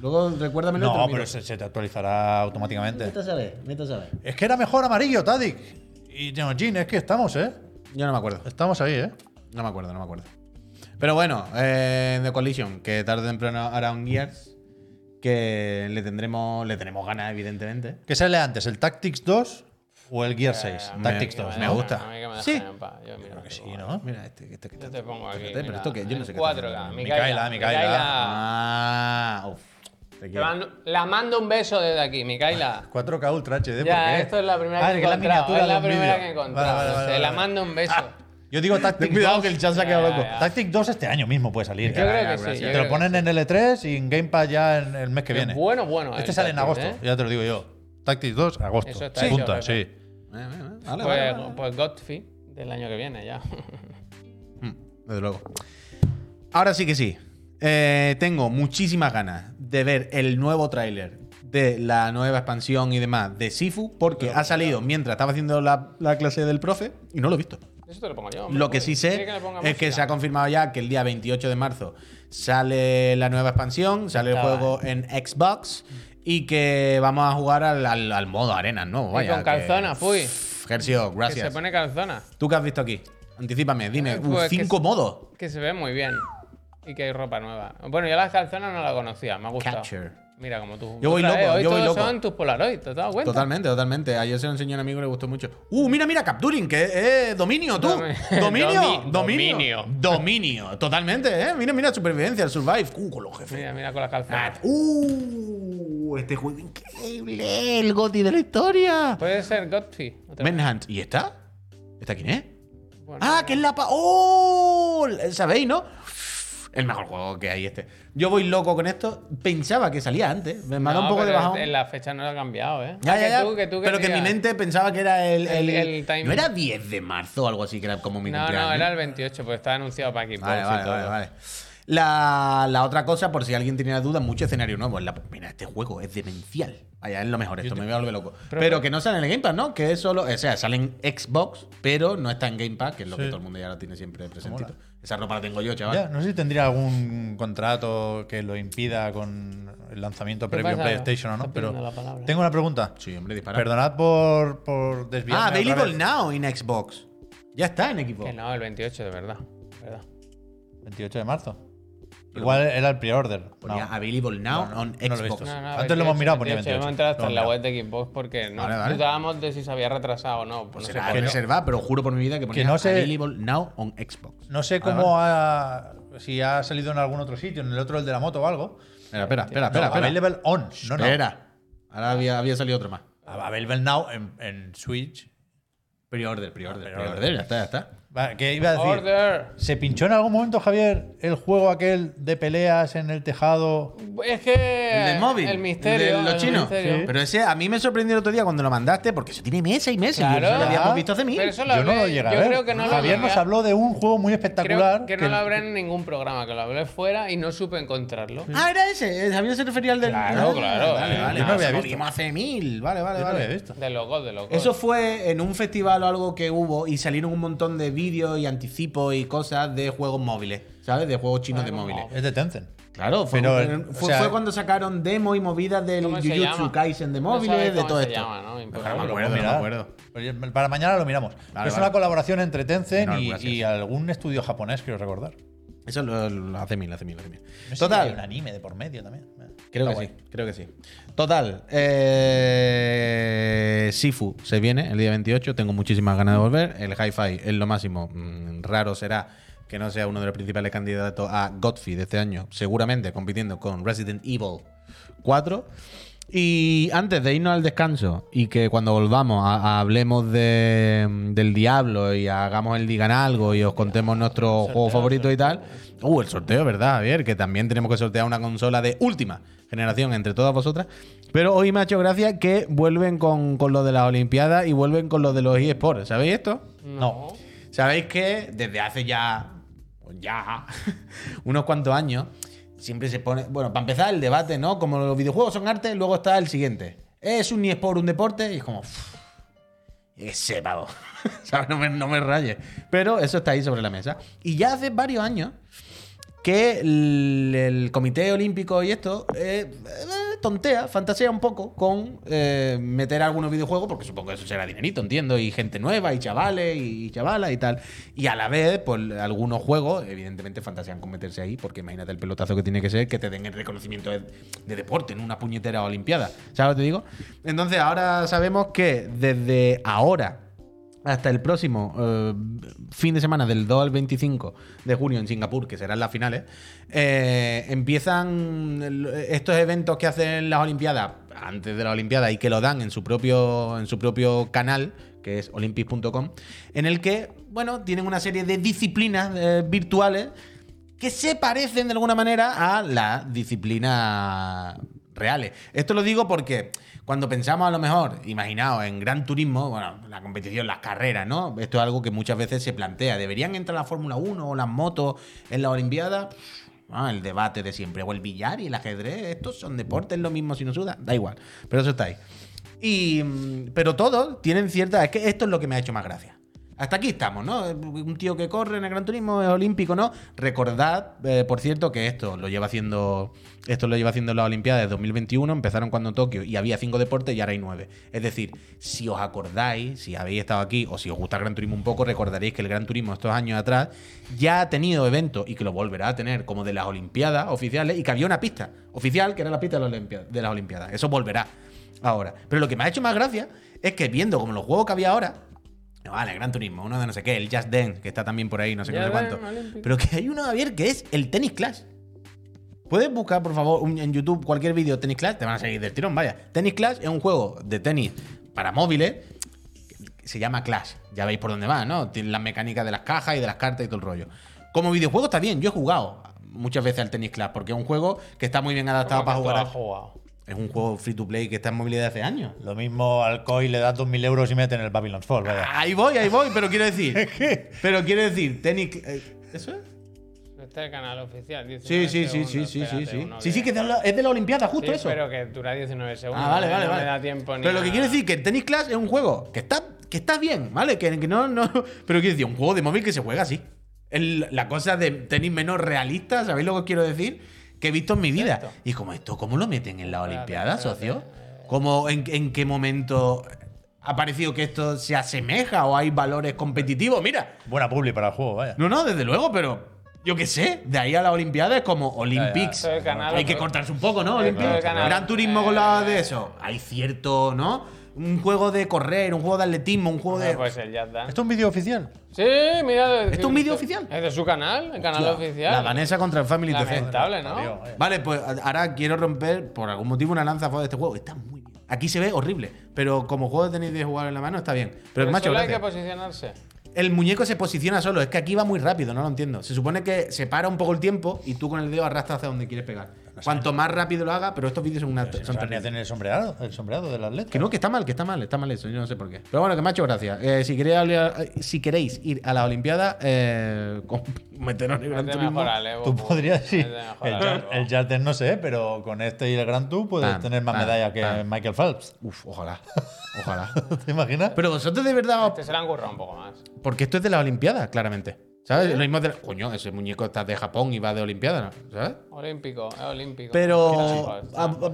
Luego recuérdamelo. y te lo
No,
miro.
pero se, se te actualizará automáticamente.
Vete a saber, vete a saber.
Es que era mejor amarillo, Tadic. Y no, Jin, es que estamos, ¿eh?
Yo no me acuerdo.
Estamos ahí, ¿eh?
No me acuerdo, no me acuerdo. Pero bueno, eh, The Collision, que tarde o temprano hará un Gears, que le tendremos, le tenemos ganas, evidentemente.
¿Qué sale antes, el Tactics 2 o el Gear 6?
Eh, a
Tactics
mí
2,
que
¿no?
me gusta.
A mí que me dejan
Sí.
en paz. Yo, mira,
Sí,
tú,
¿no?
Mira, este, este que
Yo
está.
te pongo aquí.
Espérate,
mira,
pero esto que yo
en
no sé qué. está
4K.
haciendo.
Micaela,
Micaela, Micaela.
Ah, uff. Te
Te
quiero.
mando- la mando un beso desde aquí, Micaela.
4K Ultra HD,
Ya,
¿por qué?
esto es la primera
Ah,
que he
que es la
encontrado,
miniatura
es la
de un
primera
vídeo.
que he
Vale,
encontrado.
vale, vale,
Se la
vale. Ah.
mando un beso.
Yo digo
Ten
Tactics
cuidado
2.
que el chat se ha quedado
Ya,
loco.
ya,
Tactics 2 este año mismo puede salir.
Yo
¿eh?
creo que sí. yo
Te
creo
lo
que
ponen
sí.
en L3 y en Game Pass ya en el mes que
Es
viene.
bueno, bueno.
Este
el
sale en
Tactics,
agosto,
¿eh?
ya te lo digo yo. Tactics 2, agosto.
Eso está
Sí.
hecho,
Punta,
jefe.
sí.
Eh, eh, eh, vale, vale,
Pues,
vale.
pues Godfrey del año que viene ya. <laughs>
Mm, Desde luego. Ahora sí que sí. Eh, tengo muchísimas ganas de ver el nuevo tráiler de la nueva expansión y demás de Sifu, porque ha salido mientras estaba haciendo la, la clase del profe y no lo he visto.
Eso te lo pongo yo. hombre.
Lo que sí sé
¿Quiere le ponga
es que
música?
se ha confirmado ya que el día 28 de marzo sale la nueva expansión, sale el
Estaba,
juego en Xbox y que vamos a jugar al, al- al modo arena nuevo.
Y
Vaya,
con calzona,
que-
fui.
Gersio,
Que se
gracias.
pone calzona.
¿Tú qué has visto aquí? Anticípame, dime.
Eh,
Uh,
pues que
cinco
se-
modos.
Que se ve muy bien. Y que hay ropa nueva. Bueno, yo las calzonas no las conocía, me ha gustado.
Catcher.
Mira, como tú.
Yo voy
Otra vez,
loco,
hoy
yo voy
todos
loco.
son tus Polaroid, ¿te has dado cuenta?
Totalmente, totalmente. Ayer se lo enseñó a un amigo y le gustó mucho. Uh, mira, mira, Capturing, que es eh, dominio, tú.
Domi-
<laughs> Dominio,
Domi-
dominio.
dominio.
Dominio, totalmente, eh. Mira, mira, supervivencia, el survive. Uh, con los jefes. Ah,
Mira, mira con las calzonas.
Uh, este juego increíble, el goti de la historia.
Puede ser Godfrey. otra vez.
Manhunt, ¿y está? ¿Está quién es?
Bueno,
Ah, que es la pa. ¡Oh! ¿Sabéis, no? El mejor juego que hay este. Yo voy loco con esto. Pensaba que salía antes. Me ha dado un
no,
poco de
pero
bajón.
En la fecha no lo ha cambiado, ¿eh?
Ya,
Ah,
ya,
que
ya.
tú, que tú
pero que mi
querías.
mente pensaba que era el. el,
El- el timing.
¿No era 10 de marzo o algo así, que era como mi
No,
cumpleaños? ¿eh?
no, era el 28, porque estaba anunciado para Xbox
Vale,
y
vale,
todo.
vale. vale. La, la otra cosa, por si alguien tenía la duda, mucho escenario nuevo. La, mira, este juego es demencial. Allá es lo mejor, esto me voy a volver loco. Pero, que no sale en el Game Pass, ¿no? Que es solo. O sea, sale en Xbox, pero no está en Game Pass, que es lo que todo el mundo ya lo tiene siempre presentito. Esa ropa la tengo yo, chaval.
Ya, no sé si tendría algún contrato que lo impida con el lanzamiento
¿Qué
previo a
pasa?
PlayStation o no,
Está
pero
pidiendo la palabra.
tengo una pregunta.
Sí, hombre, dispara.
Perdonad por, por desviarme.
Ah,
otra
Available
vez.
Now en Xbox. Ya está en Xbox.
Que no, el 28, de verdad. de verdad.
28 de marzo. Igual era el pre-order.
Ponía
No.
Available Now
No, no,
on
no lo he
Xbox.
visto.
No, no,
Antes lo hemos mirado, ponía
28. Hemos
28.
entrado hasta
Lo
en la
hemos
web de Xbox porque no
Vale, vale.
dudábamos de si se había retrasado o no.
Pues
no
era
sé por qué.
reserva, pero juro por mi vida que ponía
no se-
Available Now on Xbox.
No sé cómo ha. Si ha salido en algún otro sitio, en el otro, el de la moto o algo.
Espera, espera, espera,
No,
espera. espera.
Available on. No, no.
Espera. Ahora había, había salido otro más.
Available now en, en Switch.
Pre-order, pre-order,
Ah, Pre-order.
pre-order, ya está, ya está.
Va, ¿Qué iba a decir?
Order.
¿Se pinchó en algún momento, Javier, el juego aquel de peleas en el tejado?
Es que.
El del móvil.
Eh, El misterio.
De los
el
chinos.
misterio.
Sí.
Pero ese a mí me sorprendió el otro día cuando lo mandaste, porque eso tiene meses y meses. y
Claro.
eso lo habíamos visto hace mil.
Pero eso lo
Yo no
hablé-
lo llegué a
yo
ver.
creo que no lo
Javier
llegué
nos
a-
habló de un juego muy espectacular.
Creo que no lo habrá en ningún programa, que lo hablé fuera y no supe encontrarlo.
Ah, era ese. eh, Javier se refería al del.
Claro,
Ah,
claro,
Vale,
eh.
vale.
Yo no
Ah,
había
eso lo
visto.
vimos hace mil. Vale, vale,
Yo no lo
vale.
había visto.
De los God, de los God.
Eso fue en un festival o algo que hubo y salieron un montón de vídeos y anticipos y cosas de juegos móviles, ¿sabes? De juegos chinos
Ah,
de
no,
móviles.
no.
Es de Tencent.
Claro, fue,
Pero,
un-
o
fue,
sea-
fue cuando sacaron demo y movidas del
¿Cómo se
Jujutsu
llama?
Kaisen de
No sabéis
móviles, de
cómo
todo
se
esto.
llama, ¿no? Imposible.
Ojalá me
Lo puedo
acuerdo, no me
mirar.
acuerdo.
Oye, Para mañana lo miramos.
Vale,
es
vale.
una colaboración entre Tencent
Menor,
y,
gracias.
y algún estudio japonés, quiero recordar. No
Eso lo, lo hace mil, hace mil, hace mil.
sé si hay un
Total,
anime de por medio también.
creo
Está guay.
que sí, creo que sí. Total, eh, Sifu se viene el día 28, tengo muchísimas ganas de volver. El hi-fi es lo máximo, Mm, raro será que no sea uno de los principales candidatos a Godfrey de este año, seguramente compitiendo con Resident Evil 4. Y antes de irnos al descanso y que cuando volvamos a- a hablemos de- del diablo y hagamos el digan algo y os contemos nuestro juego favorito y tal. Uh, el sorteo, ¿verdad, Javier? Que también tenemos que sortear una consola de última generación entre todas vosotras. Pero hoy me ha hecho gracia que vuelven con, con lo de las Olimpiadas y vuelven con lo de los eSports. ¿Sabéis esto?
No.
Sabéis que desde hace ya, ya, <laughs> unos cuantos años, siempre se pone, bueno, para empezar el debate, ¿no? Como los videojuegos son arte, luego está el siguiente. ¿Es un eSport un deporte? Y es como, "Uf, ese pavo, <laughs> ¿sabes? No me, no me rayes. Pero eso está ahí sobre la mesa. Y ya hace varios años que el, el Comité Olímpico y esto eh, eh, tontea, fantasea un poco con eh, meter algunos videojuegos, porque supongo que eso será dinerito, entiendo, y gente nueva, y chavales, y chavalas, y tal. Y a la vez, pues algunos juegos, evidentemente, fantasean con meterse ahí, porque imagínate el pelotazo que tiene que ser que te den el reconocimiento de, de deporte en una puñetera olimpiada, ¿sabes lo que te digo? Entonces, ahora sabemos que desde ahora hasta el próximo eh, fin de semana, del 2 al 25 de junio en Singapur, que serán las finales, eh, empiezan el- estos eventos que hacen las Olimpiadas, antes de las Olimpiadas, y que lo dan en su propio, en su propio canal, que es olympics.com, en el que, bueno, tienen una serie de disciplinas eh, virtuales que se parecen de alguna manera a las disciplinas reales. Esto lo digo porque cuando pensamos a lo mejor, imaginaos, en gran turismo, bueno, la competición, las carreras, ¿no? Esto es algo que muchas veces se plantea. ¿Deberían entrar la Fórmula 1 o las motos en la Olimpiada? Ah, el debate de siempre. O el billar y el ajedrez. Estos son deportes, lo mismo si no suda. Da igual. Pero eso está ahí. Y, mm, pero todos tienen cierta. Es que esto es lo que me ha hecho más gracia. Hasta aquí estamos, ¿no? Un tío que corre en el Gran Turismo es olímpico, ¿no? Recordad, eh, por cierto, que esto lo lleva haciendo esto lo lleva haciendo las Olimpiadas de 2021. Empezaron cuando en Tokio y había cinco deportes y ahora hay nueve. Es decir, si os acordáis, si habéis estado aquí o si os gusta el Gran Turismo un poco, recordaréis que el Gran Turismo estos años atrás ya ha tenido eventos y que lo volverá a tener como de las Olimpiadas oficiales y que había una pista oficial que era la pista de las Olimpia- de las Olimpiadas. Eso volverá ahora. Pero lo que me ha hecho más gracia es que viendo como los juegos que había ahora, no, Vale, Gran Turismo, uno de no sé qué, el Just Dance, que está también por ahí, no sé qué, no sé
Just
cuánto.
Dance, Olympic.
Pero que hay uno, Javier, que es el Tennis Clash. Puedes buscar, por favor, un- en YouTube cualquier vídeo de Tennis Clash, te van a salir del tirón, vaya. Tennis Clash es un juego de tenis para móviles que se llama Clash. Ya veis por dónde va, ¿no? Tiene las mecánicas de las cajas y de las cartas y todo el rollo. Como videojuego está bien, yo he jugado muchas veces al Tennis Clash, porque es un juego que está muy bien adaptado
Como
para
que tú
jugar.
has
a-
jugado.
Es un juego free to play que está en movilidad hace años.
Lo mismo al COI le das 2.000 euros y mete en el Babylon's Fall. Vaya.
Ahí voy, ahí voy, pero quiero <laughs> decir. pero quiero decir, tenis. eh, ¿Eso es?
Este es el canal oficial.
Sí,
19
sí, sí, sí,
segundos,
sí, sí,
espérate,
sí.
uno
Sí, sí, que
que-
es de la, es de la Olimpiada, justo
Sí,
eso.
Pero que dura 19 segundos.
Ah, vale,
¿eh?
vale,
no
vale.
me da tiempo ni
pero lo que
a-
quiero decir que el Tennis Clash es un juego que está, que está bien, ¿vale? Que, que no, no. <laughs> Pero quiero decir, un juego de móvil que se juega así. El- la cosa de tenis menos realista, ¿sabéis lo que os quiero decir? Que he visto en mi vida. Y como esto, ¿cómo lo meten en la
Espérate,
Olimpiada,
espérate.
socio? ¿Cómo, en, en qué momento ha parecido que esto se asemeja o hay valores competitivos? Mira,
Buena publi para el juego, vaya.
No, no, desde luego, pero Yo qué sé, de ahí a las Olimpiadas es como Olympics.
Pero el canal-
Hay que cortarse un poco, ¿no?
Pero el
Olympics.
canal- Eh.
Gran turismo con la de eso. Hay cierto, ¿no? Un juego de correr, un juego de atletismo, un juego de.
Pues el Just Dance.
¿Esto es un vídeo oficial?
Sí, mira.
¿Esto es un vídeo oficial?
Es de su canal, el canal
Hostia,
oficial.
La danesa contra el Family TC.
Lamentable, ¿no?
Adiós, eh.
Vale, pues ahora quiero romper por algún motivo una lanza a favor de este juego. Está muy bien. Aquí se ve horrible, pero como juego de tenis de jugar en la mano está bien. Pero,
Pero
macho,
solo hay que
gracias.
posicionarse.
el muñeco se posiciona solo. Es que aquí va muy rápido, no lo entiendo. Se supone que se para un poco el tiempo y tú con el dedo arrastras hacia donde quieres pegar. Cuanto más rápido lo haga, pero estos vídeos son una.
Son
son
no saben ni hacer el sombreado, el sombreado del atleta.
que no, que está mal, que está mal, está mal eso, yo no sé por qué. Pero bueno, que macho, gracias. Eh, si, queréis, hablar- eh, si queréis ir a las Olimpiadas, eh, con- <laughs> meteros en el Gran
Es de
Turismo.
mejorar, eh,
Tú
Goku.
podrías,
Es
sí.
de
El,
mejorar,
Jar-
Goku.
el Jarden no sé, pero con este y el Grand Tour puedes
Pam,
tener más
pam,
medallas que
pam.
Michael Phelps. <laughs>
Uf, ojalá. Ojalá.
¿Te imaginas?
Pero vosotros de verdad.
Este se le han currado un poco más.
Porque esto es de las Olimpiadas, claramente. ¿Sabes? Lo mismo de. Coño, ese muñeco está de Japón y va de Olimpiadas, ¿no? ¿sabes?
Olímpico, es olímpico.
Pero. ah,
Mira, chicos,
a- a-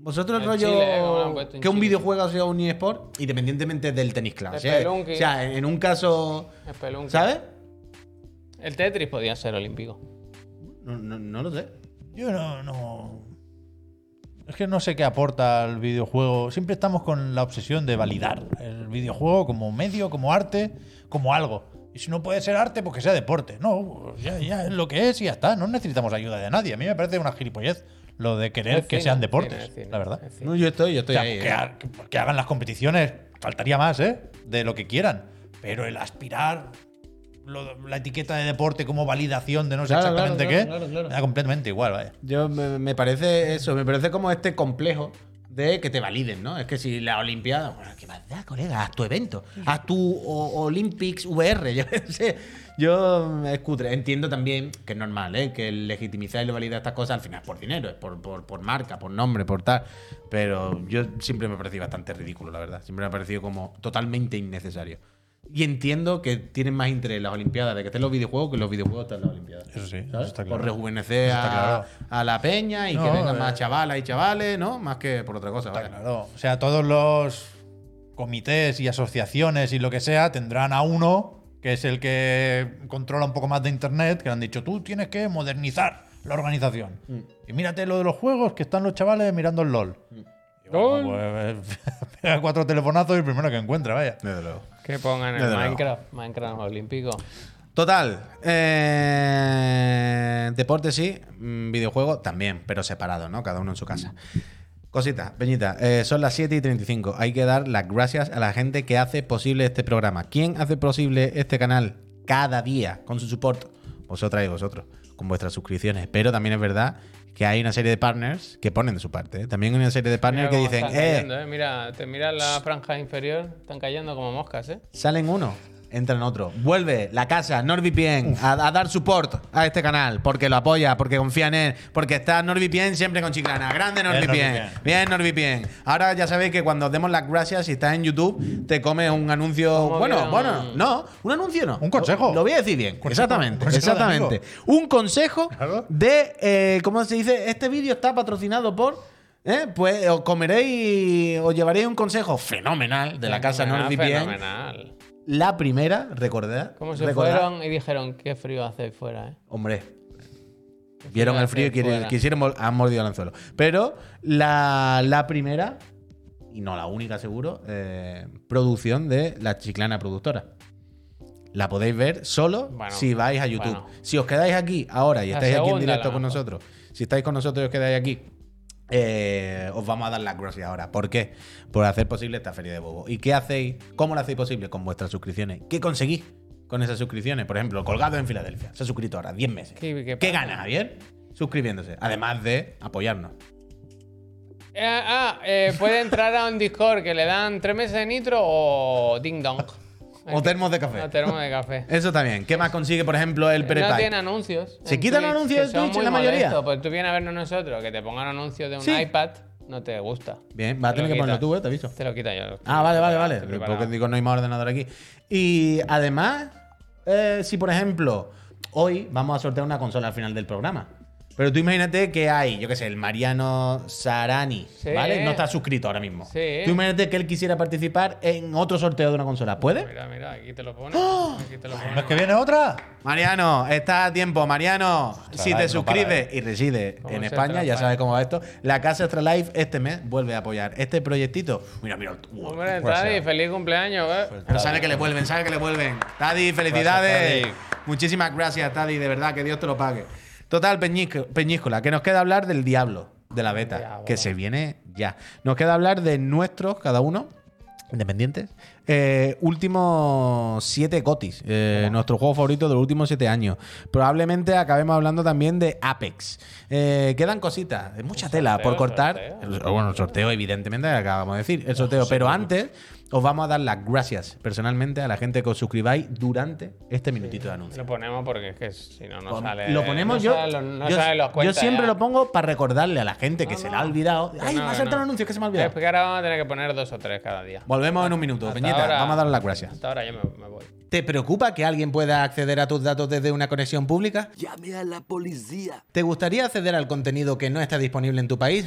vosotros el
En
rollo.
Chile, ¿eh? Como lo han puesto en
que un
Chile.
videojuego sea un eSport, independientemente del tenis claro. O sea,
Spelunky.
o sea, en un caso.
Spelunky.
¿Sabes?
este, El Tetris podía ser olímpico.
No, no- no lo sé.
Yo no, no. Es que no sé qué aporta el videojuego. Siempre estamos con la obsesión de validar el videojuego como medio, como arte, como algo. Y si no puede ser arte, pues que sea deporte. No, pues ya, ya es lo que es y ya está. No necesitamos ayuda de nadie. A mí me parece una gilipollez lo de querer
Es
que
cine,
sean
es
deportes,
cine, es cine,
la verdad.
es cine.
No, yo estoy, yo estoy
O sea,
ahí.
que,
¿eh?
ha- que- pues, que hagan las competiciones, faltaría más, ¿eh? De lo que quieran. Pero el aspirar lo- la etiqueta de deporte como validación de no sé
Claro,
exactamente
claro,
qué,
claro, claro, claro.
me da completamente igual, vaya.
Yo me, me parece eso, me parece como este complejo de que te validen, ¿no? Es que si la Olimpiada, bueno, ¿qué más da, colega? Haz tu evento, haz tu o- Olympics VR, <laughs> yo qué sé. Yo me escutre. Entiendo también que es normal, ¿eh? Que legitimizar y lo validar estas cosas al final es por dinero, es por, por, por marca, por nombre, por tal. Pero yo siempre me ha parecido bastante ridículo, la verdad. Siempre me ha parecido como totalmente innecesario. Y entiendo que tienen más interés en las Olimpiadas de que estén los videojuegos que los videojuegos estén en las Olimpiadas.
Eso sí, eso
¿sabes?
está
Por
claro.
rejuvenecer
Eso está
a, a la peña y que
No,
vengan
eh.
más chavalas y chavales, ¿no? Más que por otra cosa.
Está
vaya.
claro. O sea, todos los comités y asociaciones y lo que sea tendrán a uno que es el que controla un poco más de internet, que le han dicho, tú tienes que modernizar la organización. Y mírate lo de los juegos, que están los chavales mirando el LOL. Y bueno, pues, <laughs> pega cuatro telefonazos y el primero que encuentra, vaya.
Desde luego.
Que pongan el
Desde luego.
Minecraft. Minecraft olímpico.
Total. eh, deporte sí, mm, videojuego también, pero separado, ¿no? Cada uno en su casa. Cositas, Peñita, eh, son las 7 y 35. Hay que dar las gracias a la gente que hace posible este programa. ¿Quién hace posible este canal cada día con su support? Vosotras y vosotros, con vuestras suscripciones. Pero también es verdad que hay una serie de partners que ponen de su parte. ¿eh? También hay una serie de
Mira
partners que
cómo
dicen,
están
eh,
cayendo, eh. Mira, te miras la franja inferior, están cayendo como moscas, ¿eh?
Salen uno, entran otro. Vuelve la casa, NordVPN, a, a dar support a este canal, porque lo apoya, porque confía en él, porque está NordVPN siempre con Chiclana. Grande NordVPN.
NordVPN.
Bien, NordVPN. Ahora ya sabéis que cuando os demos las gracias, si estás en YouTube, te come un anuncio.
Como
Bueno,
bien.
bueno, no, un anuncio no.
Un consejo.
Lo, lo voy a decir bien.
Consejo-
exactamente,
consejo de
exactamente. Un consejo
Claro.
de, eh, ¿cómo se dice? Este vídeo está patrocinado por... ¿eh? Pues os comeréis, os llevaréis un consejo fenomenal de la casa
Fenomenal,
NordVPN.
Fenomenal.
La primera, recordad.
Como se
recordad-
fueron y dijeron, qué frío hace ahí fuera, ¿eh?
Hombre, vieron el frío y
hace
quiere-
fuera.
quisieron. vol- Han mordido el anzuelo. Pero la, la primera, y no la única seguro, eh, producción de la Chiclana Productora. La podéis ver solo
Bueno,
si vais a YouTube.
bueno.
Si os quedáis aquí ahora y
La
estáis aquí en
segunda,
directo
la
con
mejor.
nosotros, si estáis con nosotros y os quedáis aquí, eh, os vamos a dar las gracias ahora. ¿Por qué? Por hacer posible esta feria de bobo. ¿Y qué hacéis? ¿Cómo lo hacéis posible? Con vuestras suscripciones. ¿Qué conseguís con esas suscripciones? Por ejemplo, Colgado en Filadelfia. Se ha suscrito ahora, 10 meses.
¿Qué- qué
¿Qué
pasa?
gana, Javier? Suscribiéndose. Además de apoyarnos.
Eh, ah, eh, puede entrar a un Discord que le dan tres meses de nitro o ding dong.
O termos de café.
O termo de café.
Eso también. ¿Qué más consigue, por ejemplo, <laughs> el
No
PreTime?
tiene anuncios.
¿Se
en
quitan
Twitch,
anuncios
que
de
son
Twitch
muy
en la mayoría?
molestos. Pues tú vienes a vernos nosotros, que te pongan anuncios de un
Sí.
iPad, no te gusta.
Bien, vas a
Te lo
tener que ponerlo
quitas.
tú, eh, te aviso.
Te lo quita yo.
Ah, vale, vale,
Estoy
vale.
preparado.
Porque digo, no hay más ordenador aquí. Y además, eh, si por ejemplo, hoy vamos a sortear una consola al final del programa. Pero tú imagínate que hay, yo qué sé, el Mariano Sarani,
Sí.
¿vale? No está suscrito ahora mismo.
Sí.
Tú imagínate que él quisiera participar en otro sorteo de una consola. ¿Puede?
Mira, mira, aquí te lo pone.
¡Ah!
Aquí te lo
¿No es que
pone.
viene otra?
Mariano, está a tiempo, Mariano.
Life
si te
no para,
suscribes
¿eh?
y resides
Como
en
es
España,
Extra
ya
Life.
sabes cómo va esto. La casa Extra Life este mes vuelve a apoyar este proyectito. Mira, mira. uh,
Hombre, Tadi, feliz cumpleaños, ¿eh?
Pero sabe que le vuelven, sabe que le vuelven. Tadi, felicidades.
Gracias,
Muchísimas gracias, Tadi. De verdad, que Dios te lo pague. Total, Peñisco- Peñíscola, que nos queda hablar del diablo, de la beta,
Diablo.
que se viene ya. Nos queda hablar de nuestros, cada uno, independientes, eh, últimos siete gotis. eh, nuestro juego favorito de los últimos siete años. Probablemente acabemos hablando también de Apex. Eh, quedan cositas, mucha tela
sorteo,
por cortar.
sorteo.
El- Pues, bueno, el sorteo, evidentemente, acabamos de decir. El sorteo. Pero antes, os vamos a dar las gracias personalmente a la gente que os suscribáis durante este minutito de anuncio.
Lo ponemos porque es que si no, no
Pon-
sale.
lo ponemos
no
yo.
salen los- no
yo,
salen los
yo
cuentas
siempre
ya.
lo pongo para recordarle a la gente que
No,
se
no.
le ha olvidado.
Que
Ay,
no,
me ha
que
saltado
no.
un anuncio que se me ha
Es
olvidado.
que ahora vamos a tener que poner dos o tres cada día.
Volvemos en un minuto,
Hasta ahora-
Peñita. Vamos a dar las gracias.
Hasta ahora yo me, me voy.
¿Te preocupa que alguien pueda acceder a tus datos desde una conexión pública?
Llame a la policía.
¿Te gustaría acceder al contenido que no está disponible en tu país?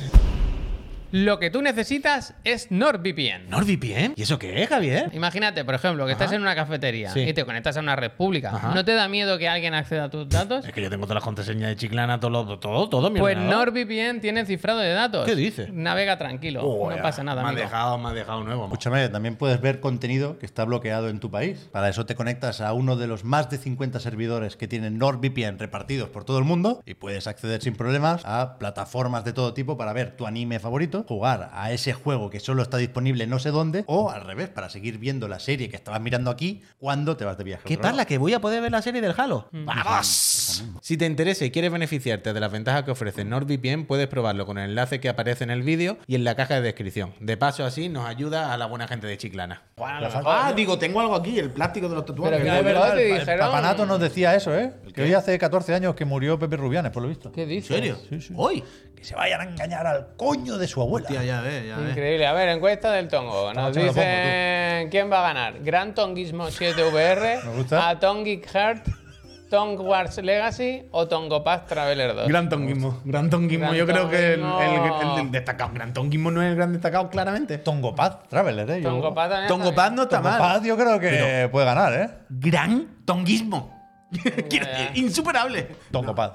Lo que tú necesitas es NordVPN.
¿NordVPN? ¿Y eso qué es, Javier?
Imagínate, por ejemplo, que estás en una cafetería
Sí.
y te conectas a una red pública.
Ajá. Eh,
¿No te da miedo que alguien acceda a tus datos?
Es que yo tengo todas las contraseñas de Chiclana, todo, lo- todo, todo mi
Pues
ordenador.
NordVPN tiene cifrado de datos.
¿Qué dices?
Navega tranquilo,
Oh,
no
ya.
pasa nada,
Me ha
amigo.
dejado, me ha dejado nuevo. mo.
Escúchame, también puedes ver contenido que está bloqueado en tu país. Para eso te conectas a uno de los más de 50 servidores que tienen NordVPN repartidos por todo el mundo y puedes acceder sin problemas a plataformas de todo tipo para ver tu anime favorito, jugar a ese juego que solo está disponible no sé dónde o al revés, para seguir viendo la serie que estabas mirando aquí cuando te vas de viaje. a
¿Qué
otro lado.
parla? Que voy a poder ver la serie del Halo.
Mm.
¡Vamos! Si te interesa y quieres beneficiarte de las ventajas que ofrece NordVPN, puedes probarlo con el enlace que aparece en el vídeo y en la caja de descripción. De paso, así nos ayuda a la buena gente de Chiclana. Ah, digo, tengo algo aquí, el plástico de los tatuajes.
Pero que
Es
de verdad
verdad,
te
el- el
dijeron-
Papanato nos decía eso, ¿eh? Que hoy hace 14 años que murió Pepe Rubianes, por lo visto.
¿Qué
¿En
dices?
serio?
Sí, sí.
¿Hoy?
Que se vayan a engañar al coño de su abuela.
Tía, ya ves, ya ves.
Increíble. A ver, encuesta del tongo. Nos
noche me lo pongo,
dicen quién va a ganar. Gran Tonguismo 7VR,
<laughs>
Me gusta.
a Tongic Heart, Tong Wars Legacy o Tongo Paz Traveler 2.
Gran tonguismo, gran tonguismo.
Gran
Yo creo que el,
tonguismo.
el- el destacado, gran tonguismo no es el gran destacado, claramente.
Tongo Paz, Traveler, ¿eh? Yo-
Tongo Paz también.
Tongo
está
Paz
bien.
no está
Tongo
mal.
Paz yo creo que
Pero-
puede ganar, ¿eh?
Gran tonguismo. <laughs> Quiero
Ya, ya.
decir, Insuperable.
Tongo Paz.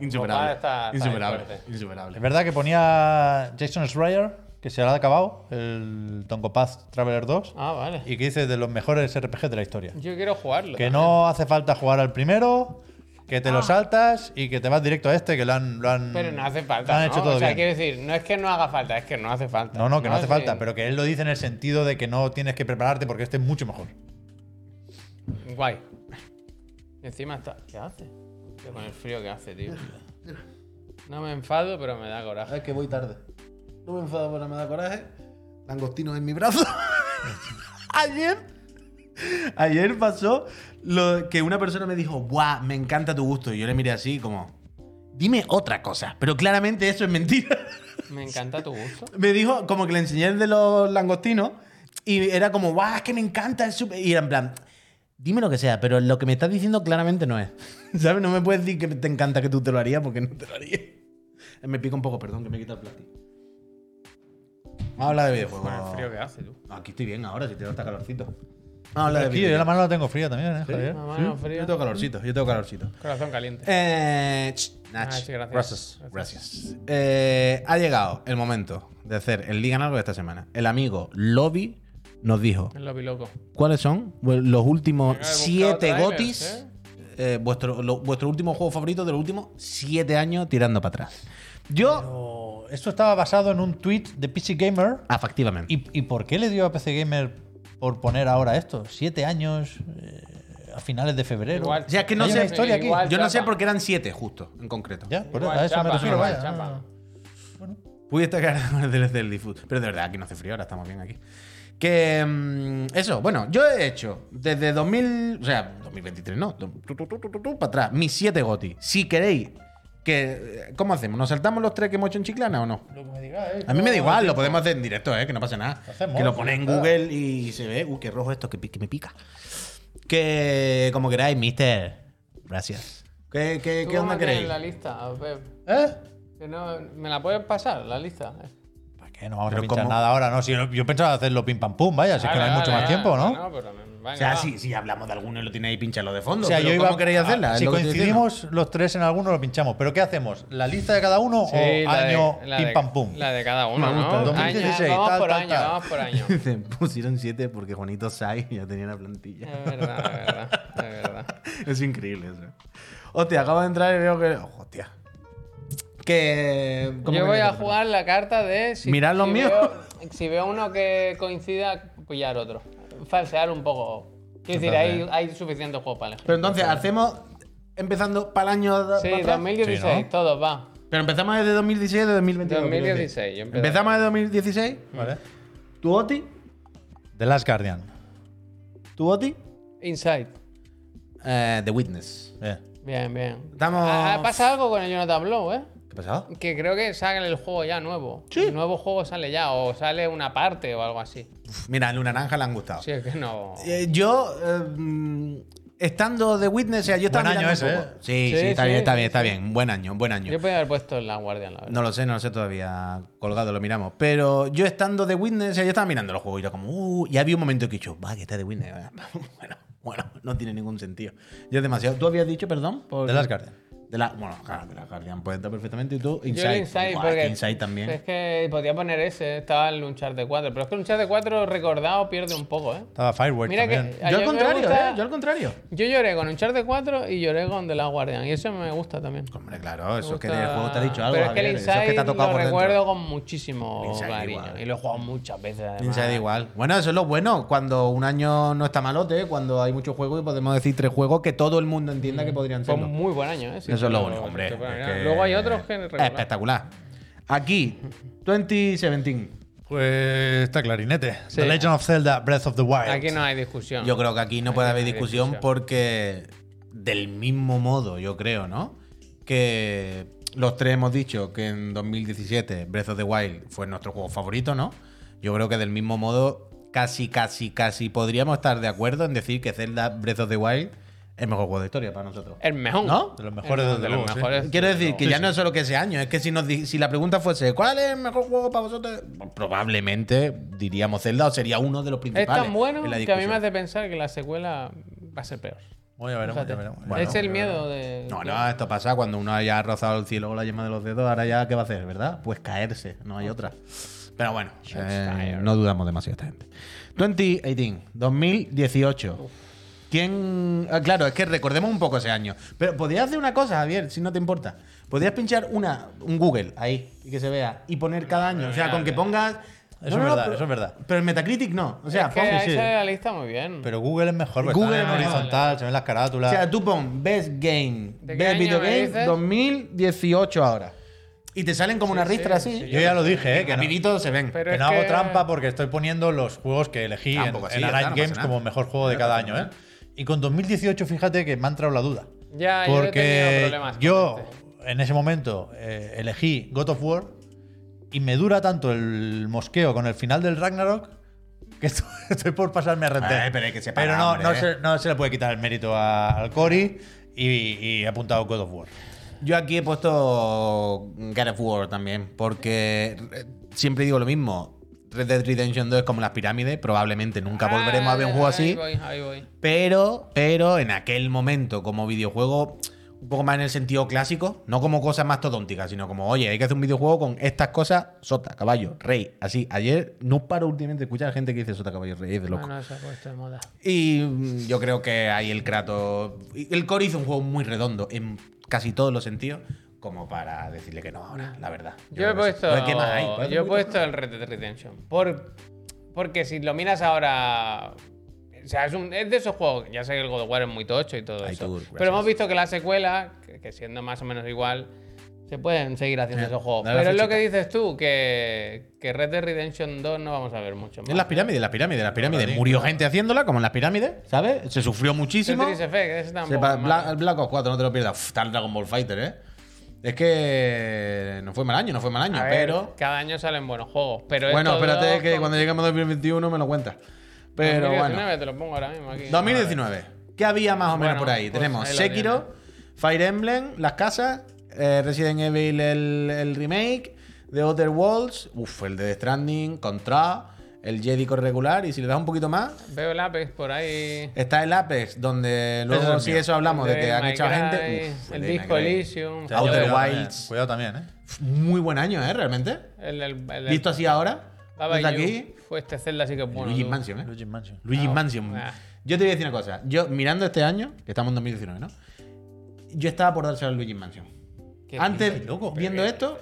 Insuperable.
está- está
insuperable.
ahí fuerte.
Es
Insuperable.
verdad que ponía Jason Schreier, que se lo ha acabado, el Tongo Paz Traveler 2,
Ah, vale.
y que dice de los mejores RPG de la historia.
Yo quiero jugarlo.
Que no hace falta jugar al primero, que te lo saltas y que te vas directo a este, que lo han. Lo
Ah.
han
Pero no hace
lo
falta.
han
¿no?
hecho todo
o sea,
bien.
quiero decir, no es que no haga falta, es que no hace falta.
No, no, que no, hace
Sí.
falta, pero que él lo dice en el sentido de que no tienes que prepararte porque este es mucho mejor.
Guay. Y Encima está. ¿Qué hace? Tío, con el frío que hace, tío. No me enfado, pero me da coraje.
Ah, Es que voy tarde. No me enfado, pero me da coraje. Langostinos en mi brazo. <laughs> ayer, ayer pasó lo que una persona me dijo, ¡buah! Me encanta tu gusto. Y yo le miré así como, dime otra cosa. Pero claramente eso es mentira.
Me encanta tu gusto.
me dijo, como que le enseñé el de los langostinos. Y era como, ¡guau! Es que me encanta. Es súper-". Y era en plan, dime lo que sea, pero lo que me estás diciendo claramente no es. <laughs> ¿Sabes? No me puedes decir que te encanta que tú te lo harías porque no te lo haría. Me pica un poco, perdón, que me quita el plástico. Vamos a hablar de videojuegos.
Con el frío que hace, tú.
Aquí estoy bien ahora, si te da hasta calorcito. Vamos a hablar de
Aquí, yo la
videojuegos.
mano la tengo fría también, ¿eh, Javier?
Una mano fría.
Yo tengo calorcito, yo tengo calorcito.
Corazón caliente.
Eh, ch, Nach,
Ah, sí, gracias.
gracias. Gracias. Eh, ha llegado el momento de hacer el Liga en algo de esta semana. El amigo Lobby nos dijo
Es lo loco.
cuáles son los últimos
Venga, he buscado
siete
trailers,
gotis, eh, vuestro, lo- vuestro último juego favorito de los últimos siete años tirando para atrás. Yo,
Pero esto estaba basado en un tweet de PC Gamer.
afectivamente.
¿Y, y por qué le dio a PC Gamer por poner ahora esto? Siete años eh, a finales de febrero.
Igual.
O sea, es que no
Hay
sé,
una historia aquí.
Igual
yo no sé
chapa.
por qué eran siete justo, en concreto.
Ya, por
Igual
eso, a eso me
chapa,
refiero.
igual
vaya.
chapa.
Pude destacar <laughs> con el DLC del Diffus. Pero de verdad, aquí no hace frío, ahora estamos bien aquí. Que. mm, eso, bueno, yo he hecho desde 2000. O sea, 2023, no. tu, tu, tu, tu, tu, tu, para atrás, mis 7 GOTI. Si queréis. Que, eh, ¿Cómo hacemos? ¿Nos saltamos los tres que hemos hecho en Chiclana o no? A mí me da igual, lo podemos hacer en directo, eh, que no pasa nada.
Lo hacemos,
que lo pones en
claro.
Google y se ve, uh, qué rojo esto, que, pi- que me pica. Que como queráis, mister. Gracias. ¿Qué, qué,
¿Tú
qué
cómo
onda
tienes
queréis?
la lista? A ver.
¿Eh?
Que no- ¿Me la puedes pasar, la lista?
¿Para qué? No vamos a
Pero
pinchar
¿cómo?
nada ahora, ¿no? Si yo, yo pensaba hacerlo pim pam pum, vaya, si es que no hay mucho más tiempo, ¿no?
No, pero pues venga,
O sea,
va.
si, si hablamos de alguno y lo tiene ahí pinchalo de fondo.
O sea,
pero
yo iba
¿cómo Ah, queréis hacerla? Es
Si
lo que estoy
<laughs>
coincidimos los tres en alguno, lo pinchamos. Pero ¿qué hacemos? ¿La lista de cada uno
Sí,
o
la de-
año
la
pim
de-
pam pum?
La de cada uno,
Me gusta.
¿no?
2016,
Año- vamos
tal,
por
tal,
año,
tal.
vamos por
<laughs>
<laughs>
año.
diciendo. Pusieron 7 porque Juanito Sai ya tenía
<laughs>
la plantilla.
Es verdad, es verdad, es verdad.
Es increíble eso. Hostia, acabo de entrar y veo que. oh, hostia. Que. ¿cómo
Yo voy
queréis
a
hacerlo?
jugar la carta de. Si,
Mirad los
si
míos.
veo- si veo uno que coincida, pillar otro. Falsear un poco. Quiero decir, hay, hay suficientes juegos para elegir.
Pero entonces, hacemos. Empezando para el año. de-
Sí,
para atrás?
2016,
Sí, ¿no?
todos va.
Pero empezamos desde 2016 de 2021.
2016, yo empezaba.
Empezamos desde 2016.
¿Vale?
Tu Oti.
The Last Guardian.
Tu Oti.
Inside.
eh, The Witness.
Eh.
Bien, bien.
Estamos-
Ah, pasa algo con el Jonathan Blow, ¿eh?
¿Qué ha pasado?
Que creo que sale el juego ya nuevo.
Sí.
El nuevo juego sale ya, o sale una parte o algo así.
Uf, mira, Luna Naranja le han gustado.
Sí, es que no.
Eh, yo. eh, mm, estando The Witness, o sea, yo estaba.
Buen año
mirando un
ese,
poco.
¿eh?
Sí, sí,
Sí,
está
sí,
bien, está
sí,
bien, está
sí.
bien. Buen año, buen año.
Yo podía haber puesto en la guardia, la verdad.
No lo sé, no lo sé todavía. Colgado, lo miramos. Pero yo estando de Witness, yo estaba mirando los juegos y era como, uh, y había un momento que he dicho, va, que está de Witness. <laughs> Bueno, bueno, no tiene ningún sentido. Yo es demasiado. ¿Tú habías dicho, perdón? Por...
The Last Guardian.
De la, bueno, claro, de la Guardian puede estar perfectamente. Y tú,
Yo el
Inside.
Inside,
Buah,
porque
que Inside también.
Es que podía poner ese, estaba el de 4. Pero es que el de 4 recordado pierde un poco, ¿eh?
Estaba Firework
Mira que-
también.
a
yo
mí
al
me
contrario,
gusta-
¿eh? Yo al contrario.
Yo lloré con un de 4 y lloré con The Last Guardian. Y eso me gusta también. Me
Hombre, claro, eso es que
gusta-
el juego te ha dicho algo.
Pero es que el
Javier, eso es
Inside
que te ha tocado
lo
por dentro.
recuerdo con muchísimo
El Inside
cariño.
igual.
Y lo he jugado muchas veces. además.
Inside igual. Bueno, eso es lo bueno. Cuando un año no está malote, cuando hay muchos juegos y podemos decir tres juegos que todo el mundo entienda que podrían
Fue
ser.
un muy buen año, ¿eh? Sí,
Eso es lo
pero-
único, hombre.
pero
Es
mira,
que-
Luego hay otros que. recordar.
Espectacular. Aquí, 2017.
Pues está clarinete.
Sí.
The Legend of Zelda Breath of the Wild.
Aquí no hay discusión.
Yo creo que aquí no puede
Aquí no
haber
hay
discusión
discusión.
porque del mismo modo, yo creo, ¿no? Que los tres hemos dicho que en 2017 Breath of the Wild fue nuestro juego favorito, ¿no? Yo creo que del mismo modo casi, casi, casi podríamos estar de acuerdo en decir que Zelda Breath of the Wild es el mejor juego de historia para nosotros.
El mejor.
¿No?
De los mejores,
El-
desde
de los
luego, sí.
mejores.
Quiero decir que
Eh, Sí,
ya no es solo que ese año, es que si, nos di- si la pregunta fuese ¿cuál es el mejor juego para vosotros? Probablemente diríamos Zelda o sería uno de los
Es
principales.
tan bueno
en la
que a mí me
discusión.
hace pensar que la secuela va a ser peor.
Voy a ver, voy a
Fíjate.
ver.
es el miedo de.
No, no, esto pasa cuando uno haya rozado el cielo con la yema de los dedos, ahora ya ¿qué va a hacer, verdad? Pues caerse, no hay otra. Pero bueno, eh,
fired.
no dudamos demasiado esta gente. 2018, 2018. ¿Quién? ah, Claro, es que recordemos un poco ese año. Pero podías hacer una cosa, Javier, si no te importa. Podías pinchar una, un Google ahí y que se vea y poner cada año. O sea, con que pongas.
Eso es verdad, eso es verdad.
Pero el Metacritic no. O sea,
es que
pon-
ahí
sí.
sale la lista muy bien.
Pero Google es mejor, porque
Google
está en
es mejor.
horizontal, se ven las
O
carátulas.
sea, tú pon Best Game,
¿De qué
Best
año
Video
me
Game
dices?
2018 ahora. Y te salen como una
sí,
ristra
sí,
así.
sí.
Yo ya lo dije, eh, que no,
Amiguitos se ven.
Pero
que
es
no hago
que-
trampa porque estoy poniendo los juegos que elegí en,
Tampoco así,
en
ya
Array
está, no pasa
Games
nada.
como mejor juego de cada año, ¿eh? Y con 2018, fíjate que me ha entrado la duda.
Ya, Ah, yo he tenido
porque
problemas con este.
yo, en ese momento eh, elegí God of War y me dura tanto el mosqueo con el final del Ragnarok que <laughs> estoy, estoy por pasarme a rentar.
Ay, Ah, Eh, pero hay que separar,
no, no,
hombre, ¿eh?
se, no se le puede quitar el mérito a- al Cory y, y he apuntado God of War.
Yo aquí he puesto God of War también, porque eh, siempre digo lo mismo. Red Dead Redemption 2 es como las pirámides, probablemente nunca volveremos a ver un juego
Ah,
así.
Ahí voy, ahí voy.
Pero, pero en aquel momento, como videojuego, un poco más en el sentido clásico, no como cosas más todónticas, sino como, oye, hay que hacer un videojuego con estas cosas, sota, caballo, rey, así. Ayer no paro últimamente de escuchar gente que dice sota, caballo, rey, es de
Ah,
loco.
no, se ha puesto de moda.
Y mm, yo creo que ahí el Kratos. y El Core hizo un juego muy redondo en casi todos los sentidos, como para decirle que no ahora, la verdad.
Yo, he
creo que sí.
puesto.
Pero ¿Qué más hay? Pues, ¿Puedes
Yo he
hacer
puesto el Red Dead Redemption. Por, porque si lo miras ahora. O sea, es, un- es de esos juegos. Ya sé que el God of War es muy tocho y todo
Ay,
eso.
tú, gracias.
pero hemos visto que la secuela, que, que siendo más o menos igual, se pueden seguir haciendo
Eh,
esos juegos.
dale la
Pero es lo que
flechita.
dices tú, que, que Red Dead Redemption 2 no vamos a ver mucho más.
En las pirámides, en las pirámides, en las pirámides. Murió gente haciéndola, como en las pirámides, ¿sabes? Se sufrió muchísimo.
Tetris Effect, ese tampoco
Sepa,
es malo.
Bla- Black Ops 4, no te lo pierdas. Uf, Está el Dragon Ball Fighter, ¿eh? Es que no fue mal año, no fue mal año,
A ver,
pero.
Cada año salen buenos juegos, pero
Bueno,
estos
espérate
dos
que
con-
cuando lleguemos a 2021 me lo cuentas. Pero
2019
bueno.
te lo pongo ahora mismo aquí.
2019. ¿Qué había más o menos
Bueno,
por ahí?
pues
Tenemos
ahí lo
Sekiro, Fire Emblem, Las Casas, eh, eh, Resident Evil el, el remake, The Other Worlds, uff, el de The Stranding, Contra, el Jedi regular y si le das un poquito más,
Veo el Apex por ahí.
está el Apex, donde
Ese es
luego
el
sí
mío.
eso hablamos de que
Devil
han
May
echado
Cry,
gente. Uf,
el
de
Disco
May Cry.
Elysium.
Out Outer
Joder.
Cuidado,
Wilds.
eh. Cuidado también, ¿eh?
Muy buen año, ¿eh? Realmente.
El, el, el-
Visto así ahora,
Baba
desde
Yu.
aquí,
Fue este Zelda, así que es bueno.
Luigi
tú.
Mansion, ¿eh?
Luigi Mansion.
Luigi
Ah,
Mansion.
ah.
Yo te voy a decir una cosa. Yo, mirando este año, que estamos en 2019, ¿no? Yo estaba por darse a Luigi Mansion.
Qué
Antes,
dices, loco.
viendo
Pero
esto,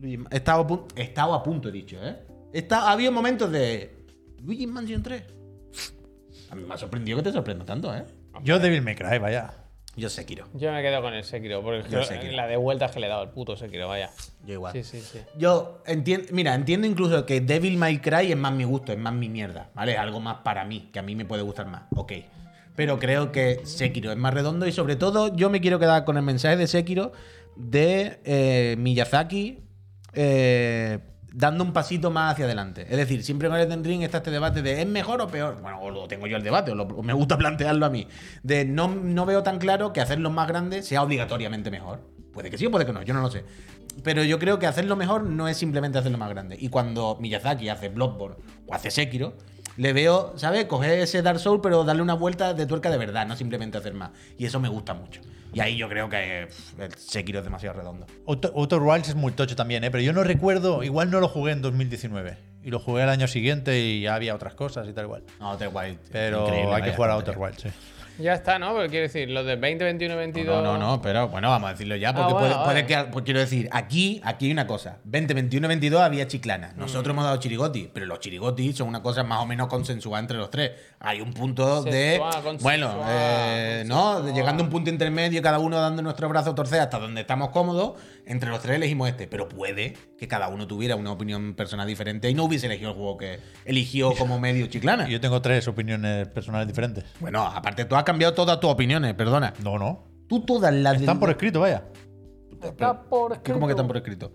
Luigi Ma- estaba, a punto, estaba a punto, he dicho, ¿eh? Está, había momentos de. Luigi Mansion 3. A mí me ha sorprendido que te sorprenda tanto, ¿eh?
Yo Devil May Cry, vaya.
Yo sé, Kiro.
Yo me quedo con el Sekiro, porque
Yo
creo-
Sekiro.
la de vueltas que le he dado al puto Sekiro, vaya.
Yo igual.
Sí, sí, sí.
Yo entiendo, mira, entiendo incluso que Devil May Cry es más mi gusto, es más mi mierda, ¿vale? Es algo más para mí, que a mí me puede gustar más, ok. Pero creo que Sekiro es más redondo y sobre todo yo me quiero quedar con el mensaje de Sekiro de eh, Miyazaki eh, dando un pasito más hacia adelante. Es decir, siempre con Elden Ring está este debate de ¿es mejor o peor? Bueno, o lo tengo yo el debate, o, lo- o me gusta plantearlo a mí. De no, no veo tan claro que hacerlo más grande sea obligatoriamente mejor. Puede que sí o puede que no, yo no lo sé. Pero yo creo que hacerlo mejor no es simplemente hacerlo más grande. Y cuando Miyazaki hace Bloodborne o hace Sekiro, le veo, ¿sabes? Coger ese Dark Souls, pero darle una vuelta de tuerca de verdad, no simplemente hacer más. Y eso me gusta mucho. Y ahí yo creo que eh, pf, el Sekiro es demasiado redondo.
Outer Outer Wilds es muy tocho también, ¿eh? pero yo no recuerdo, igual no lo jugué en 2019. Y lo jugué el año siguiente y ya había otras cosas y tal igual.
No, Outer Wilds.
Pero
increíble,
hay que
vaya,
jugar a
tontería.
Outer Wilds, sí.
Ya está, ¿no? Porque quiero decir, los de 20, 21, 22.
No, no, no, pero bueno, vamos a decirlo ya, porque
Ah, bueno,
puede, puede
vale.
que. pues quiero decir, aquí, aquí hay una cosa. 20, 21, 22 había chiclana.
Mm.
Nosotros hemos dado chirigoti, pero los chirigotis son una cosa más o menos consensuada entre los tres. Hay un punto de.
Consensuada, consensuada,
bueno, eh, ¿no?
consensuada.
Llegando a un punto intermedio, cada uno dando nuestro brazo a torcer hasta donde estamos cómodos. Entre los tres elegimos este, pero puede que cada uno tuviera una opinión personal diferente y no hubiese elegido el juego que eligió como medio
<laughs>
chiclana.
Y Yo tengo tres opiniones personales diferentes.
Bueno, aparte, tú has cambiado todas tus opiniones, perdona.
No, no.
Tú todas las del-
Están por escrito, vaya.
Está por
¿Qué- ¿Cómo que están por escrito?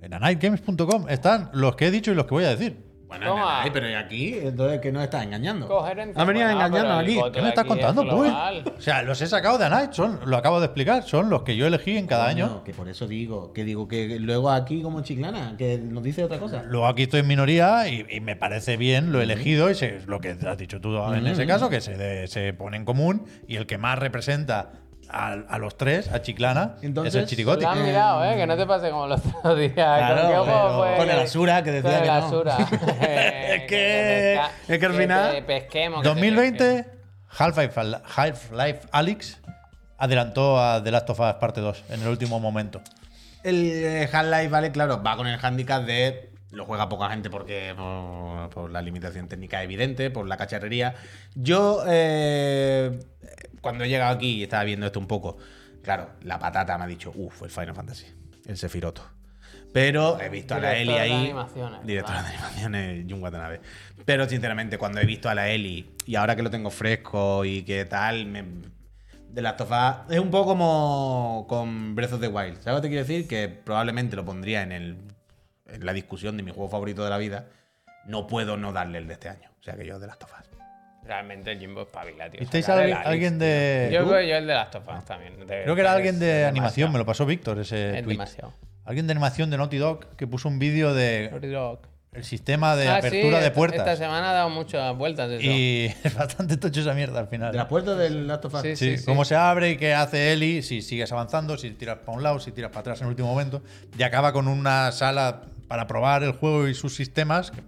En anightgames.com están los que he dicho y los que voy a decir.
Bueno,
Toma.
nada, ay, pero aquí, entonces que no estás engañando.
Coherencia.
Ha venido
Bueno,
engañando
pero el
aquí.
bote
¿Qué me
de
estás
aquí es
contando, pues?
global.
O sea, los he sacado de Anite, son, lo acabo de explicar, son los que yo elegí en cada año.
No, que por eso digo, que digo que luego aquí como chiclana, que nos dice otra cosa.
Luego aquí estoy en minoría y, y me parece bien lo elegido y se- lo que has dicho tú en ese caso, que se, de- se pone en común y el que más representa a, a los tres, a Chiclana, es
Entonces,
el Chirigoti.
Lo han mirado, ¿eh? Que no te pase como los <laughs> otros días. Con que, ojo,
pero con el Asura, que decía
con el
que
<laughs>
no.
Asura.
<laughs> Es que-
te pesca-
es que al final-
te pesquemos, que eh. te
2020,
pesquemos.
Half-Life Al- Half-Life Alyx adelantó a The Last of Us Parte 2 en el último momento.
El eh, Half-Life, vale, claro, va con el handicap de lo juega poca gente porque por, por la limitación técnica evidente, por la cacharrería. Yo, eh, cuando he llegado aquí y estaba viendo esto un poco, claro, la patata me ha dicho, uff, el Final Fantasy, el Sefiroto. Pero he visto a la Eli
Directora de
ahí.
animaciones,
Directora
vale.
de animaciones, Jun Watanabe. Pero sinceramente, cuando he visto a la Eli y ahora que lo tengo fresco y que tal, me, de las tofas es un poco como con Breath of the Wild. ¿Sabes lo que te quiero decir? Que probablemente lo pondría en, el, en la discusión de mi juego favorito de la vida. No puedo no darle el de este año. O sea que yo de las tofas.
Realmente el Jimbo espabila, tío.
¿Visteis
Saca
a
de
alguien,
la
alguien
lista.
de.?
Yo creo yo el de las topas también. de-
Eh, Creo que era alguien
es
de
demasiado.
animación, me lo pasó Víctor ese
Es
tweet.
demasiado.
Alguien de animación de Naughty Dog que puso un vídeo de
Naughty Dog.
el sistema de
Ah, sí,
apertura de
esta- Esta
puertas.
semana ha dado muchas vueltas eso.
Y <laughs> es bastante tocho esa mierda al final.
De las puertas del Last of Us.
Sí,
Sí, cómo se abre y qué hace Eli, si sigues avanzando, si tiras para un lado, si tiras para atrás en el último momento. Y acaba con una sala para probar el juego y sus sistemas. que-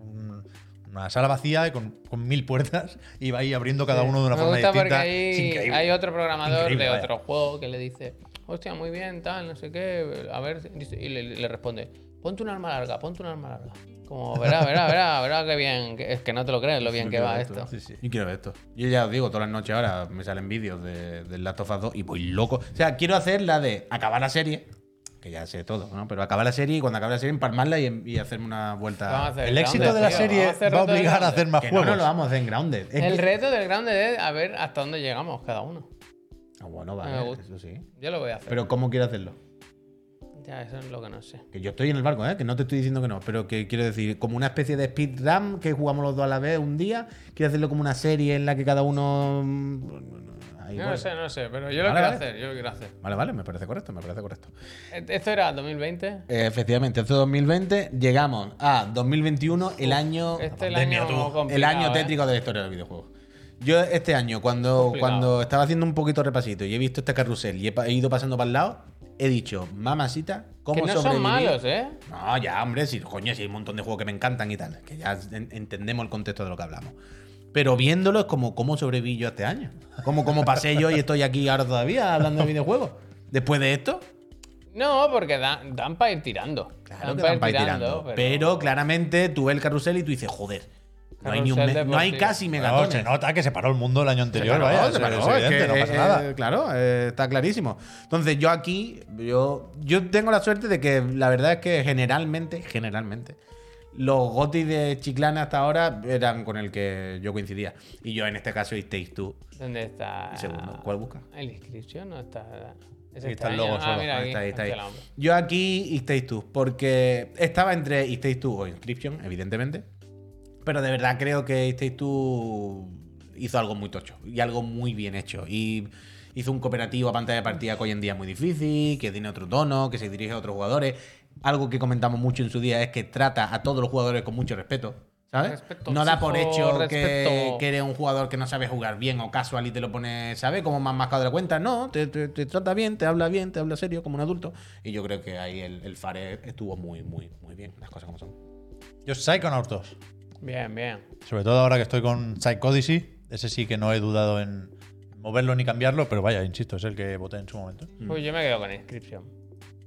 un- Una sala vacía y con, con mil puertas y va ahí abriendo cada uno de una
Me
forma
gusta
distinta.
porque
Es
ahí
increíble.
hay otro programador
Increíble,
de
vaya.
otro juego que le dice, hostia, muy bien, tal, no sé qué, a ver, dice- y le, le responde, ponte un arma larga, ponte un arma larga. Como, verá,
<laughs>
verá, verá, verá qué bien, que- es que no te lo crees lo bien que va esto.
Sí, sí.
Yo quiero ver esto. Yo ya os digo, todas las noches ahora me salen vídeos de, del Last of Us 2 y voy loco. O sea, quiero hacer la de acabar la serie, que ya sé todo, ¿no? Pero acabar la serie y cuando acabe la serie empalmarla y, y hacerme una vuelta.
Vamos a hacer
El éxito
Grounded,
de la
tío,
serie
vamos hacer
va a
reto del
obligar a
Grounded.
hacer más
que no,
juegos.
no lo vamos a hacer en Grounded. Es
El
que-
reto del Grounded es a ver hasta dónde llegamos cada uno.
Ah, bueno,
Me
vale,
gusta.
eso sí.
Yo lo voy a hacer.
Pero ¿cómo quiero hacerlo?
Ya, eso es lo que no sé.
Que yo estoy en el barco, ¿eh? que no te estoy diciendo que no, pero que quiero decir, como una especie de speedrun que jugamos los dos a la vez un día, quiero hacerlo como una serie en la que cada uno. Ahí,
No
bueno.
lo sé, no lo sé, pero yo lo
Vale,
quiero
vale.
hacer, yo lo quiero hacer.
Vale, vale, me parece correcto, me parece correcto.
Et- Esto era 2020.
Eh, efectivamente, este 2020 llegamos a 2021, el año.
Este el
pandemia,
año
tú.
complicado,
El año
¿eh?
tétrico de la historia del videojuego. Yo este año, cuando,
Complicado.
cuando estaba haciendo un poquito de repasito y he visto este carrusel y he, pa- he ido pasando para el lado, he dicho, mamacita, ¿cómo
Que no son
sobrevivir?".
malos, ¿eh?
No, ya, hombre, si, coño, si hay un montón de juegos que me encantan y tal, que ya en- entendemos el contexto de lo que hablamos. Pero viéndolo es como cómo sobreviví yo este año. Como cómo pasé yo y estoy aquí ahora todavía hablando de videojuegos. Después de esto,
No, porque dan, dan para ir tirando.
Claro que van pa' ir tirando. Pero... claramente tú ves el carrusel y tú dices, joder, no hay, ni un
Carrusel
me- no hay
deportivo.
casi
Claro,
megatones.
se nota que se paró el mundo el año anterior,
Claro,
vaya.
se
es-
paró,
es
es
evidente,
que,
no pasa nada.
eh, claro, eh, está clarísimo. Entonces yo aquí, yo, yo tengo la suerte de que la verdad es que generalmente, generalmente, los gotis de Chiclana hasta ahora eran con el que yo coincidía. Y yo en este caso, It Takes Two.
¿Dónde está?
Un segundo, ¿cuál busca?
¿El inscripción no está? Es este
Aquí está el
año,
logo
¿no?
solo.
Ah, mira
Ah,
aquí.
está ahí, está
aquí
ahí.
al lado.
Yo aquí It Takes Two, porque estaba entre It Takes Two o Inscription, evidentemente. Pero de verdad creo que It Takes Two hizo algo muy tocho y algo muy bien hecho. Y hizo un cooperativo a pantalla de partida que hoy en día es muy difícil, que tiene otro tono, que se dirige a otros jugadores. Algo que comentamos mucho en su día es que trata a todos los jugadores con mucho respeto. ¿Sabes?
Respeto,
no da por
chico,
hecho que,
respeto.
que eres un jugador que no sabe jugar bien o casual y te lo pone, ¿sabes? Como más mascado de la cuenta. No, te, te- te trata bien, te habla bien, te habla serio como un adulto. Y yo creo que ahí el, el Fare estuvo muy, muy, muy bien. Las cosas como son.
Yo Psychonauts 2.
Bien, bien.
Sobre todo ahora que estoy con Psychodyssey. Ese sí que no he dudado en moverlo ni cambiarlo, pero vaya, insisto, es el que voté en su momento.
Pues yo me quedo con inscripción.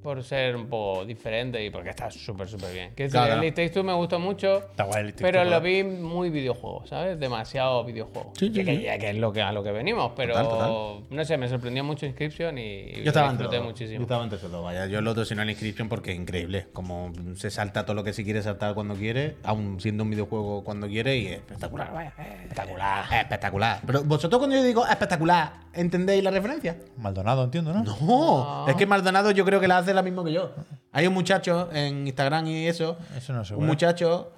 Por ser un poco diferente y porque está súper, súper bien. Que
Claro,
si el
claro.
It Takes Two me gustó mucho.
Está guay el
Pero
TikTok,
lo vi muy videojuego, ¿sabes? Demasiado videojuego.
¿eh? Sí, sí,
que,
sí.
que- que es lo que, a lo que venimos, pero
Total, total.
no sé, me sorprendió mucho Inscription y
Yo estaba entre
disfruté
todo. Yo
muchísimo.
estaba entre todo, vaya. Yo el otro sino la inscripción porque es increíble. Como se salta todo lo que se quiere saltar cuando quiere, aún siendo un videojuego cuando quiere, y es espectacular, vaya. Es
Ah.
Espectacular, es espectacular. Pero vosotros cuando yo digo espectacular, ¿entendéis la referencia?
Maldonado, entiendo, <laughs> ¿no?
No, es que Maldonado yo creo que la hace la misma que yo. Hay un muchacho en Instagram y eso,
Eso no sé.
un muchacho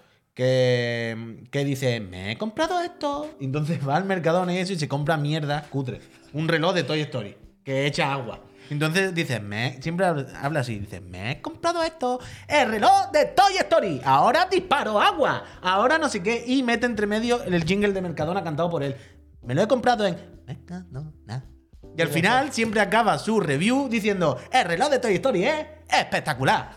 que, que dice, me he comprado esto. Y entonces va al Mercadona y eso y se compra mierda cutre. Un reloj de Toy Story que echa agua. Entonces dice, me, siempre habla habla así, dice, me he comprado esto, el reloj de Toy Story, ahora disparo agua, ahora no sé qué, y mete entre medio el jingle de Mercadona cantado por él. Me lo he comprado en Mercadona. Y al final siempre acaba su review diciendo, el reloj de Toy Story es espectacular.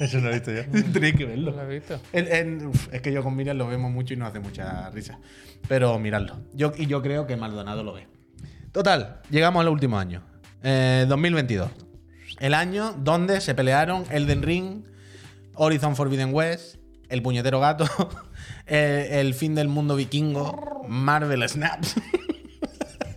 Eso no lo he visto yo.
Tenéis que verlo.
¿Lo has visto?
El- el- uf, es que yo con Miriam lo vemos mucho y nos hace mucha risa. Pero miradlo. Yo, y yo creo que Maldonado lo ve. Total, llegamos al último año. Eh, 2022. El año donde se pelearon Elden Ring, Horizon Forbidden West, El Puñetero Gato, <laughs> eh, el, fin del mundo vikingo, Marvel Snaps,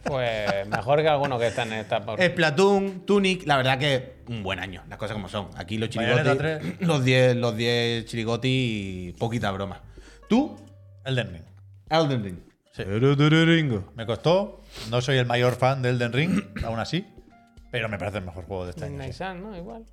Pues mejor que algunos que están en esta por-
<laughs> Splatoon, Tunic. La verdad que un buen año. Las cosas como son. Aquí los
Bayonetta
chirigotis. Los 10 los 10 chirigotis y poquita broma. ¿Tú?
Elden Ring.
Elden Ring.
Me costó. No soy el mayor fan de Elden <clears throat> Ring, aún así. Pero me parece el mejor juego de este año.
Midnight
sí.
Sun, ¿no? Igual.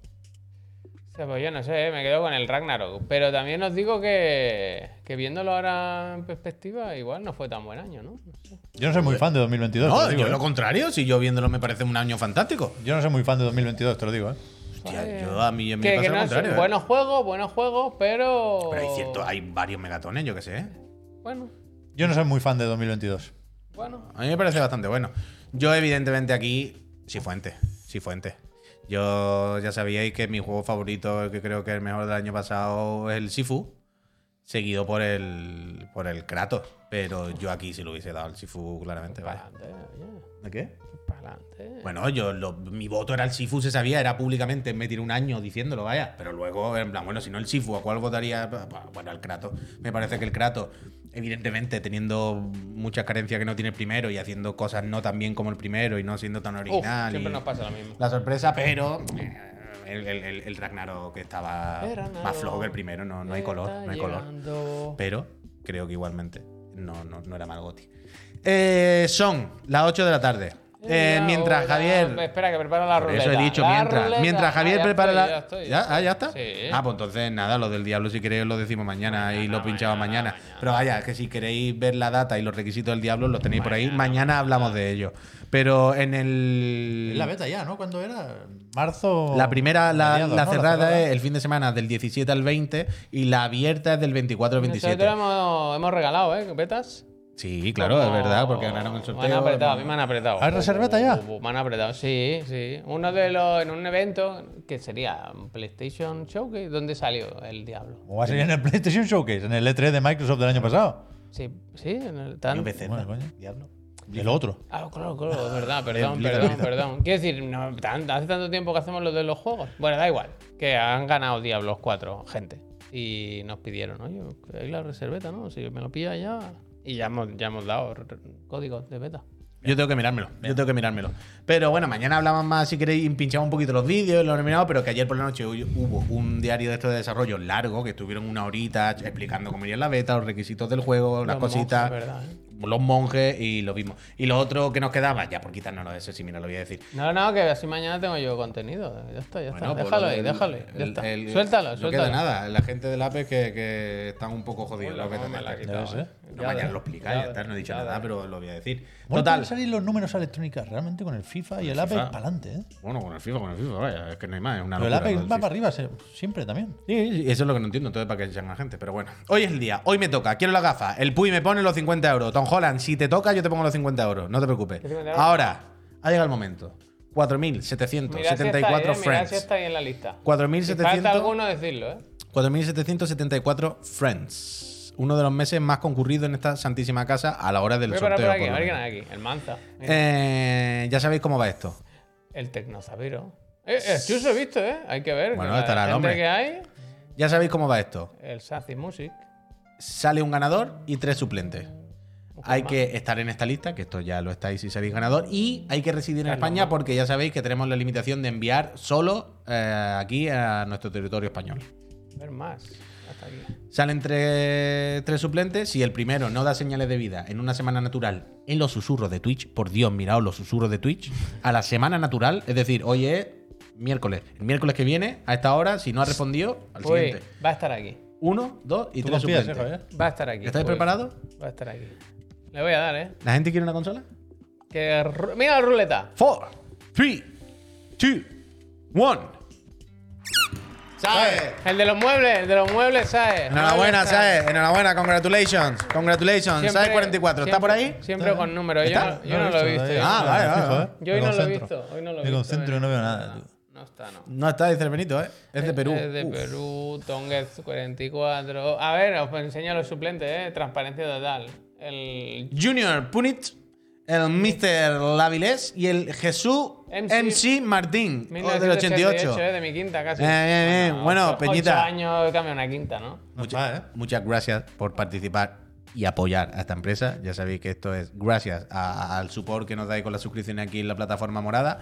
O sea, pues yo no sé, ¿eh? me quedo con el Ragnarok. Pero también os digo que, que viéndolo ahora en perspectiva, igual no fue tan buen año, ¿no? No sé.
Yo no soy muy fan de 2022. te
No,
lo digo,
yo
¿eh?
lo contrario, si yo viéndolo me parece un año fantástico.
Yo no soy muy fan de 2022, te lo digo, ¿eh?
Hostia, yo a mí a mí me
Que, que
pasa lo
no sé,
contrario. ¿eh?
buenos juegos, buenos juegos, pero.
Pero hay cierto, hay varios megatones, yo qué sé. ¿eh?
Bueno,
Yo no soy muy fan de 2022.
bueno.
A mí me parece bastante bueno. Yo, evidentemente, aquí, sí fuente, sí fuente. Yo ya sabíais que mi juego favorito, el que creo que es el mejor del año pasado, es el Sifu, seguido por el por el Kratos. Pero yo aquí sí lo hubiese dado al Sifu, claramente. Vaya.
Pa'lante, oye,
¿De qué?
pa'lante.
Bueno, yo lo- mi voto era el Sifu, se sabía, era públicamente, me tiré un año diciéndolo, vaya. Pero luego, en plan, bueno, si no el Sifu, ¿a cuál votaría? Pues, Bueno, al Kratos. Me parece que el Kratos, evidentemente, teniendo muchas carencias que no tiene el primero y haciendo cosas no tan bien como el primero y no siendo tan
Uf,
original.
siempre
y
nos pasa lo mismo.
La sorpresa, pero eh, el, el, el- el Ragnarok que estaba más flojo que el primero, no, no hay color, no hay color. Pero creo que igualmente no, no, no era mal goti. Eh, son las 8 de la tarde. Eh,
Ya,
mientras
ahora-
Javier.
Espera, que preparo la
Por
ruleta.
eso he dicho
La
mientras.
ruleta.
Mientras Javier
Ah, ya
prepara
estoy,
la.
ya estoy,
¿Ya? Ah, ¿ya está?
Sí.
Ah, pues entonces nada, lo del diablo si queréis lo decimos mañana y lo pinchamos mañana. Pero vaya, que si queréis ver la data y los requisitos del diablo, los tenéis por ahí. Mañana hablamos de ello. Pero en el.
Es la beta ya, ¿no? ¿Cuándo era? Marzo.
La primera, la,
mediados,
la
¿no?
cerrada es el fin de semana del 17 al 20 y la abierta es del 24 al
Nosotros
27.
este hemos, hemos regalado, ¿eh? Betas.
Sí, claro, es
Como-
verdad, porque ganaron el sorteo.
Me han apretado, a mí me han apretado.
¿Hay reserveta ya?
Uh, uh, uh, Me han apretado, sí, sí. Uno de los. En un evento que sería un PlayStation Showcase, ¿dónde salió el Diablo?
¿O va a salir en el PlayStation Showcase? En el E3 de Microsoft del año pasado.
Sí, sí, en el tan-
Bueno, coño. Y el otro.
Ah, claro, claro, es
<laughs>
verdad, perdón,
Blizzard.
perdón, perdón. Quiero decir, no, tan- hace tanto tiempo que hacemos lo de los juegos. Bueno, da igual, que han ganado Diablos 4, gente. Y nos pidieron, oye, ahí la reserveta, ¿no? Si me lo pilla ya. Y ya hemos, ya hemos dado r- códigos de beta.
Yo tengo que mirármelo, yo tengo que mirármelo. Pero bueno, mañana hablamos más si queréis, pinchamos un poquito los vídeos, los nominados, pero que ayer por la noche hu- hubo un diario de estos de desarrollo largo, que estuvieron una horita explicando cómo iría la beta, los requisitos del juego, las
Los monjes,
cositas,
¿verdad, eh?
los monjes y lo vimos. Y lo otro que nos quedaba, ya por quitarnos eso, sí, mira, lo voy a decir.
No, no, que así mañana tengo yo contenido. Ya está, ya está.
Bueno, pues
déjalo
lo
ahí,
del-
déjalo ahí. Ya
el-
está.
el-
suéltalo,
no
suéltalo.
queda nada. La gente del APE que, que están un poco jodidos.
Hola,
los betas
cómo me
del
la
APE.
he quitado,
Ya ves,
eh.
No,
Ya
mañana
ves,
lo explicáis,
ya
ya
ves,
está, no he dicho
ya
nada,
ves. pues,
pero lo voy a decir.
Bueno,
Total.
pueden salir los números electrónicas realmente con el FIFA y el Apex
FIFA.
para adelante, ¿eh?
Bueno, con el FIFA, con el FIFA, vaya, es que no hay más, es una
Pero el
locura.
Apex
lo del
va
FIFA.
para arriba se- siempre también.
Sí, sí, eso es lo que no entiendo, entonces para que echan a gente, pero bueno. Hoy es el día, hoy me toca, quiero la gafa. El Puy me pone los 50 euros. Tom Holland, si te toca, yo te pongo los 50 euros, no te preocupes.
¿Qué 50 euros?
Ahora, ha llegado el momento.
Mirad si está ahí, eh,
4.774
mirad si
friends.
está ahí en la lista. Si falta
4.700.
alguno, decirlo, ¿eh?
4.774 Friends. Uno de los meses más concurridos en esta santísima casa a la hora del
Voy a parar
sorteo.
por aquí, a
por lo
ver quién
menos.
hay aquí. El Manza. Mira,
Eh, ya sabéis cómo va esto.
El Tecnozaviro. Eh, el Chus he visto, ¿eh? Hay que ver.
Bueno,
la
estará el
gente
hombre.
que hay.
Ya sabéis cómo va esto.
El Sassy Music.
Sale un ganador y tres suplentes. Hay que estar en esta lista, que esto ya lo estáis si sabéis ganador, y hay que residir en España porque ya sabéis que tenemos la limitación de enviar solo eh, aquí a nuestro territorio español.
Ver más. Hasta aquí.
Salen tres, tres suplentes. Si el primero no da señales de vida en una semana natural en los susurros de Twitch, por Dios, miraos los susurros de Twitch, a la semana natural, es decir, hoy es miércoles. El miércoles que viene, a esta hora, si no ha respondido, al
Uy,
siguiente.
va a estar aquí.
Uno, dos y
¿Tú
tres
confías, eh,
suplentes.
Javier?
Va a estar aquí.
¿Estáis
Uy,
preparados?
Va a estar aquí. Le voy a dar, ¿eh?
¿La gente quiere una consola?
Que ru- Mira la ruleta.
Four, three, two, one. ¡Sae!
El de los muebles, el de los muebles, ¿sabes?
Enhorabuena,
¿sabes?
Sae. Enhorabuena, congratulations. Congratulations. Sae 44. ¿Está por ahí?
Siempre con números. Yo,
¿Está?
no- yo no lo he visto.
todavía.
yo
Ah,
no-
vale,
Me
vale,
fijo,
vale.
¿eh?
Yo
Me
hoy no lo he
concentro.
visto. Hoy no lo he
Me
visto. eh.
concentro y no veo nada. tío.
No está, no.
No está, dice el Benito, ¿eh? Es de Perú.
Es de
Uf.
Perú, Tonguez 44. A ver, os enseño los suplentes, ¿eh? Transparencia total. El
Oh, Junior Punit, el Mr. Lavilés y el Jesús
MC.
MC, Martín, o del 88.
1988, ¿eh? de mi quinta casi.
Eh, bien, bien. Bueno,
ocho-
Peñita.
ocho años cambia una quinta, ¿no?
Mucha, ¿eh?
Muchas gracias por participar y apoyar a esta empresa. Ya sabéis que esto es gracias a- a- al support que nos dais con la suscripción aquí en la plataforma morada.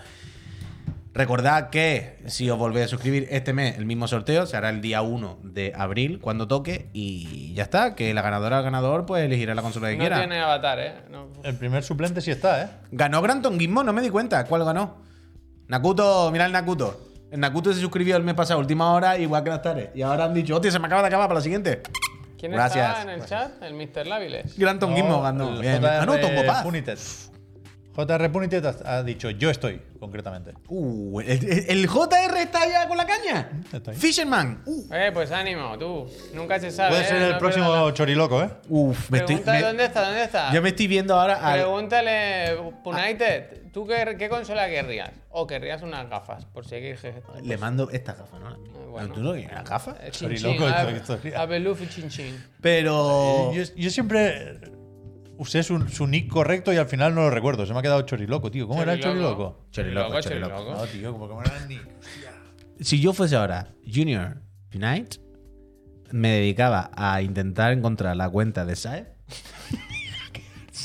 Recordad que si os volvéis a suscribir este mes, el mismo sorteo se hará el día 1 de abril cuando toque y ya está, que la ganadora o el ganador pues elegirá la consola que
No
quiera.
tiene avatar, ¿eh? No.
El primer suplente sí está, ¿eh?
Ganó Granton Gizmo, no me di cuenta cuál ganó. Nakuto, mira el Nakuto. El Nakuto se suscribió el mes pasado, última hora, igual que las tardes. Y ahora han dicho, hostia, se me acaba de acabar para la siguiente.
¿Quién
Gracias.
estaba en el chat? El Mr. Láviles.
Granton
No,
Gizmo ganó.
el
Bien. Ah,
JR
Ganó Tongo Paz.
Punited. JR Punited ha ha dicho yo estoy, concretamente.
Uh, el, el- el JR está ya con la caña.
Está ahí.
Fisherman. Uh,
Eh, pues ánimo, tú. Nunca se sabe.
Puede
¿eh?
ser el
No
próximo
pierdas
choriloco, ¿eh?
uf, me
la-
estoy,
Pregunta
me-
dónde está, dónde está.
yo me estoy viendo ahora al, Ah.
Pregúntale, United, ¿tú qué, qué consola querrías? ¿O querrías unas gafas? Por si hay que gestionar.
Le mando esta gafa, ¿no?
bueno.
¿Tú no quieres la gafa?
Eh, ah,
Sorry,
Chin chin,
loco,
a-
esto- esto sería.
a Belufi chin
<laughs>
chin.
Pero.
Yo, yo siempre usé su, su nick correcto y al final no lo recuerdo. Se me ha quedado choriloco, tío. ¿Cómo era el choriloco?
Choriloco,
Choriloco, choriloco.
choriloco.
tío, como que no era el nick.
Si yo fuese ahora Junior Unite, me dedicaba a intentar encontrar la cuenta de Sae.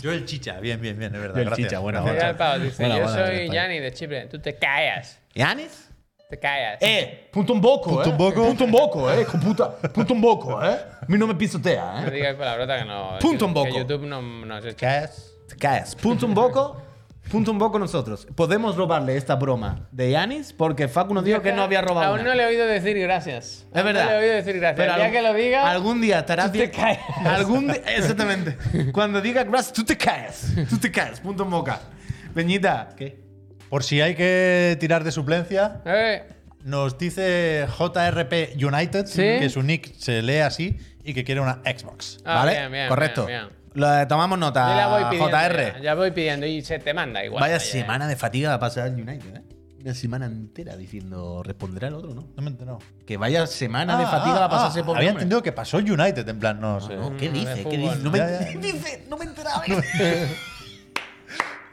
Yo el chicha, bien, bien, bien, es verdad.
Yo el
gracias.
chicha, buena,
Mira el
buena.
pavo, dice,
Bueno,
yo
bueno,
soy
está bien.
Yanni de Chipre. Tú te callas.
¿Yanis?
Te callas.
Eh, punto un poco,
Punto
eh.
un poco.
Punto un poco, eh. con puta- punto un poco, eh. Mi no me pisotea,
No
eh.
digas palabrota que no.
<laughs> Punto un
que
poco.
YouTube no, no se
Cas.
Te caes. Punto un poco. Punto un poco con nosotros. Podemos robarle esta broma de Yanis porque Facu nos dijo que no había robado.
Aún
una.
no le he oído decir gracias.
Es verdad.
No le he oído decir gracias.
Pero
ya
algún-
que lo diga.
Algún día estarás
tú te
bien-
caes.
Algún di- Exactamente. Cuando diga gracias, tú te caes. Tú te caes. Punto en boca. Peñita. ¿Qué?
Por si hay que tirar de suplencia,
Eh,
nos dice JRP United
¿Sí?
que su nick se lee así y que quiere una Xbox.
ah,
¿Vale?
bien, bien,
Correcto.
bien, bien.
Lo- tomamos nota.
Yo la voy pidiendo.
JR.
Ya, ya voy pidiendo y se te manda igual.
Ah, Vaya
ya, ya.
semana de fatiga la pasada el United, ¿eh? Una semana entera diciendo responderá al otro, ¿no?
No me he enterado.
Que vaya semana de
Ah,
fatiga
ah,
la pasada
ah,
ese pobre
Había
hombre.
entendido que pasó United, en plan, no sé.
No, ¿Qué
Mm, de
dice? ¿Qué
fútbol,
dice?
¿no?
No me,
Ya, ya.
<laughs> dice, no me enteraba.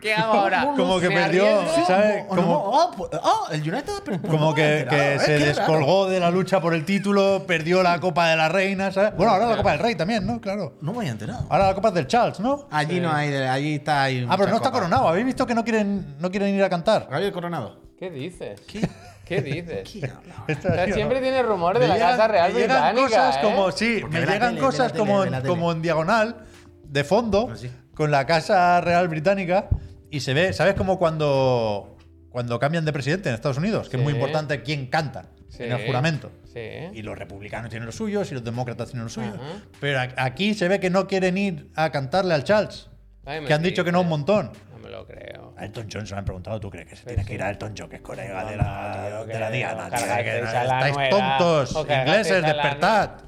¿Qué hago ahora?
<laughs>
Como que
¿Me
perdió,
arriesgo?
¿sabes?
Como,
Como-
Ah, pues, el United. pero- pero no
Como
me he
que,
enterado,
que
¿eh?
se
Qué raro.
descolgó de la lucha por el título, perdió la Copa de la Reina, ¿sabes? Bueno, ahora la Copa del Rey también, ¿no? Claro.
No me había enterado.
Ahora la Copa es del Charles, ¿no?
Ah,
Allí no hay, allí está. Hay
Ah, pero
muchas
no está
copas.
coronado. ¿Habéis visto que no quieren, no quieren ir a cantar?
Gabriel Coronado.
¿Qué dices? ¿Qué, dices?
Esto,
O sea,
tío,
siempre tiene rumor
me
de la
llegan-
Casa Real
me llegan
Británica.
cosas
¿eh?
como, sí,
Porque
me
ve la
llegan
tele, ve
cosas
la
como,
tele, ve la
en,
tele.
como en diagonal, de fondo,
Ah, sí.
con la Casa Real Británica, y se ve, ¿sabes? Como cuando, cuando cambian de presidente en Estados Unidos, que es muy
Sí.
importante quién canta
Sí.
en el juramento.
Sí.
Y los republicanos tienen los suyos y los demócratas tienen los suyos.
Ajá.
Pero a- aquí se ve que no quieren ir a cantarle al Charles,
Ay, me
que han dicho que no un
dices.
montón.
No me lo creo.
A Elton John se lo han preguntado, ¿tú crees que
Pues
se tiene que ir a Elton John, que es colega de la,
tío,
de la
que
Diana?
os
tío,
cargasteis
que
a la
estáis
nuera,
tontos,
os cargasteis
ingleses,
a la
despertad. <laughs>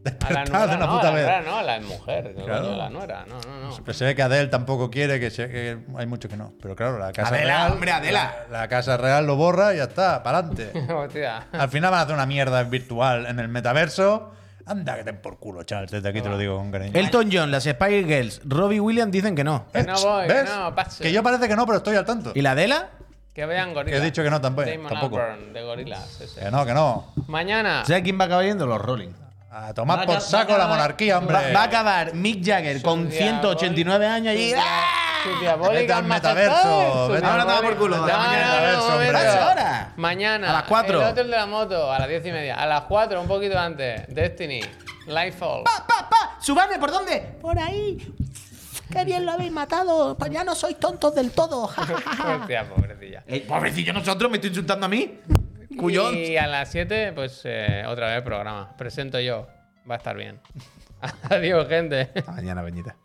A la
Despertad
nuera,
de una
no,
puta
a la
vez.
nuera no, a la mujer. que
Claro.
coño, la nuera, no, no, no.
Pues se ve que Adele tampoco quiere, que, se- que hay mucho que no. Pero claro, la Casa
Adela,
Real.
hombre, Adela.
La, la Casa Real lo borra y ya está,
<laughs>
para adelante.
Hostia.
Al final van a hacer una mierda virtual en el metaverso. Anda que te por culo, Charles. Desde aquí te lo digo con cariño.
Elton John, las Spice Girls, Robbie Williams dicen que no.
Que no voy, que
¿Ves?
no, paso.
Que yo parece que no, pero estoy al tanto.
¿Y la Adela?
Que vean
Que
gorilas.
he dicho que no tampoco.
Damon
tampoco.
Albarn, de gorilas. ese.
Que no, que no.
Mañana.
Ah. ¿Sabes quién va a acabar yendo? Los Rolling.
A tomar
Va a
por
ca-
saco
va a
la
acabar-
monarquía, hombre.
eh. Va, va a acabar Mick Jagger con 189 años y. ¡Ah!
Su
Vete
diabólica
al metaverso, vete-
Ahora te da por culo, vete al
metaverso, hombre.
Ahora.
Mañana.
A las cuatro.
El hotel de la moto, a las diez y media. A las 4, un poquito antes. Destiny.
<laughs>
Lightfall.
¡Pa, pa, pa! ¡Subadme! ¿Por dónde? Por ahí. ¡Qué bien lo habéis matado! Pues ya no sois tontos del todo. ja, ja, ja, ja.
Hostia, pobrecilla.
Eh, Pobrecillo, nosotros me estoy insultando a mí. Cuyón.
Y a las 7, pues eh, otra vez programa. Presento yo. Va a estar bien. <laughs> Adiós, gente.
Hasta mañana, Peñita.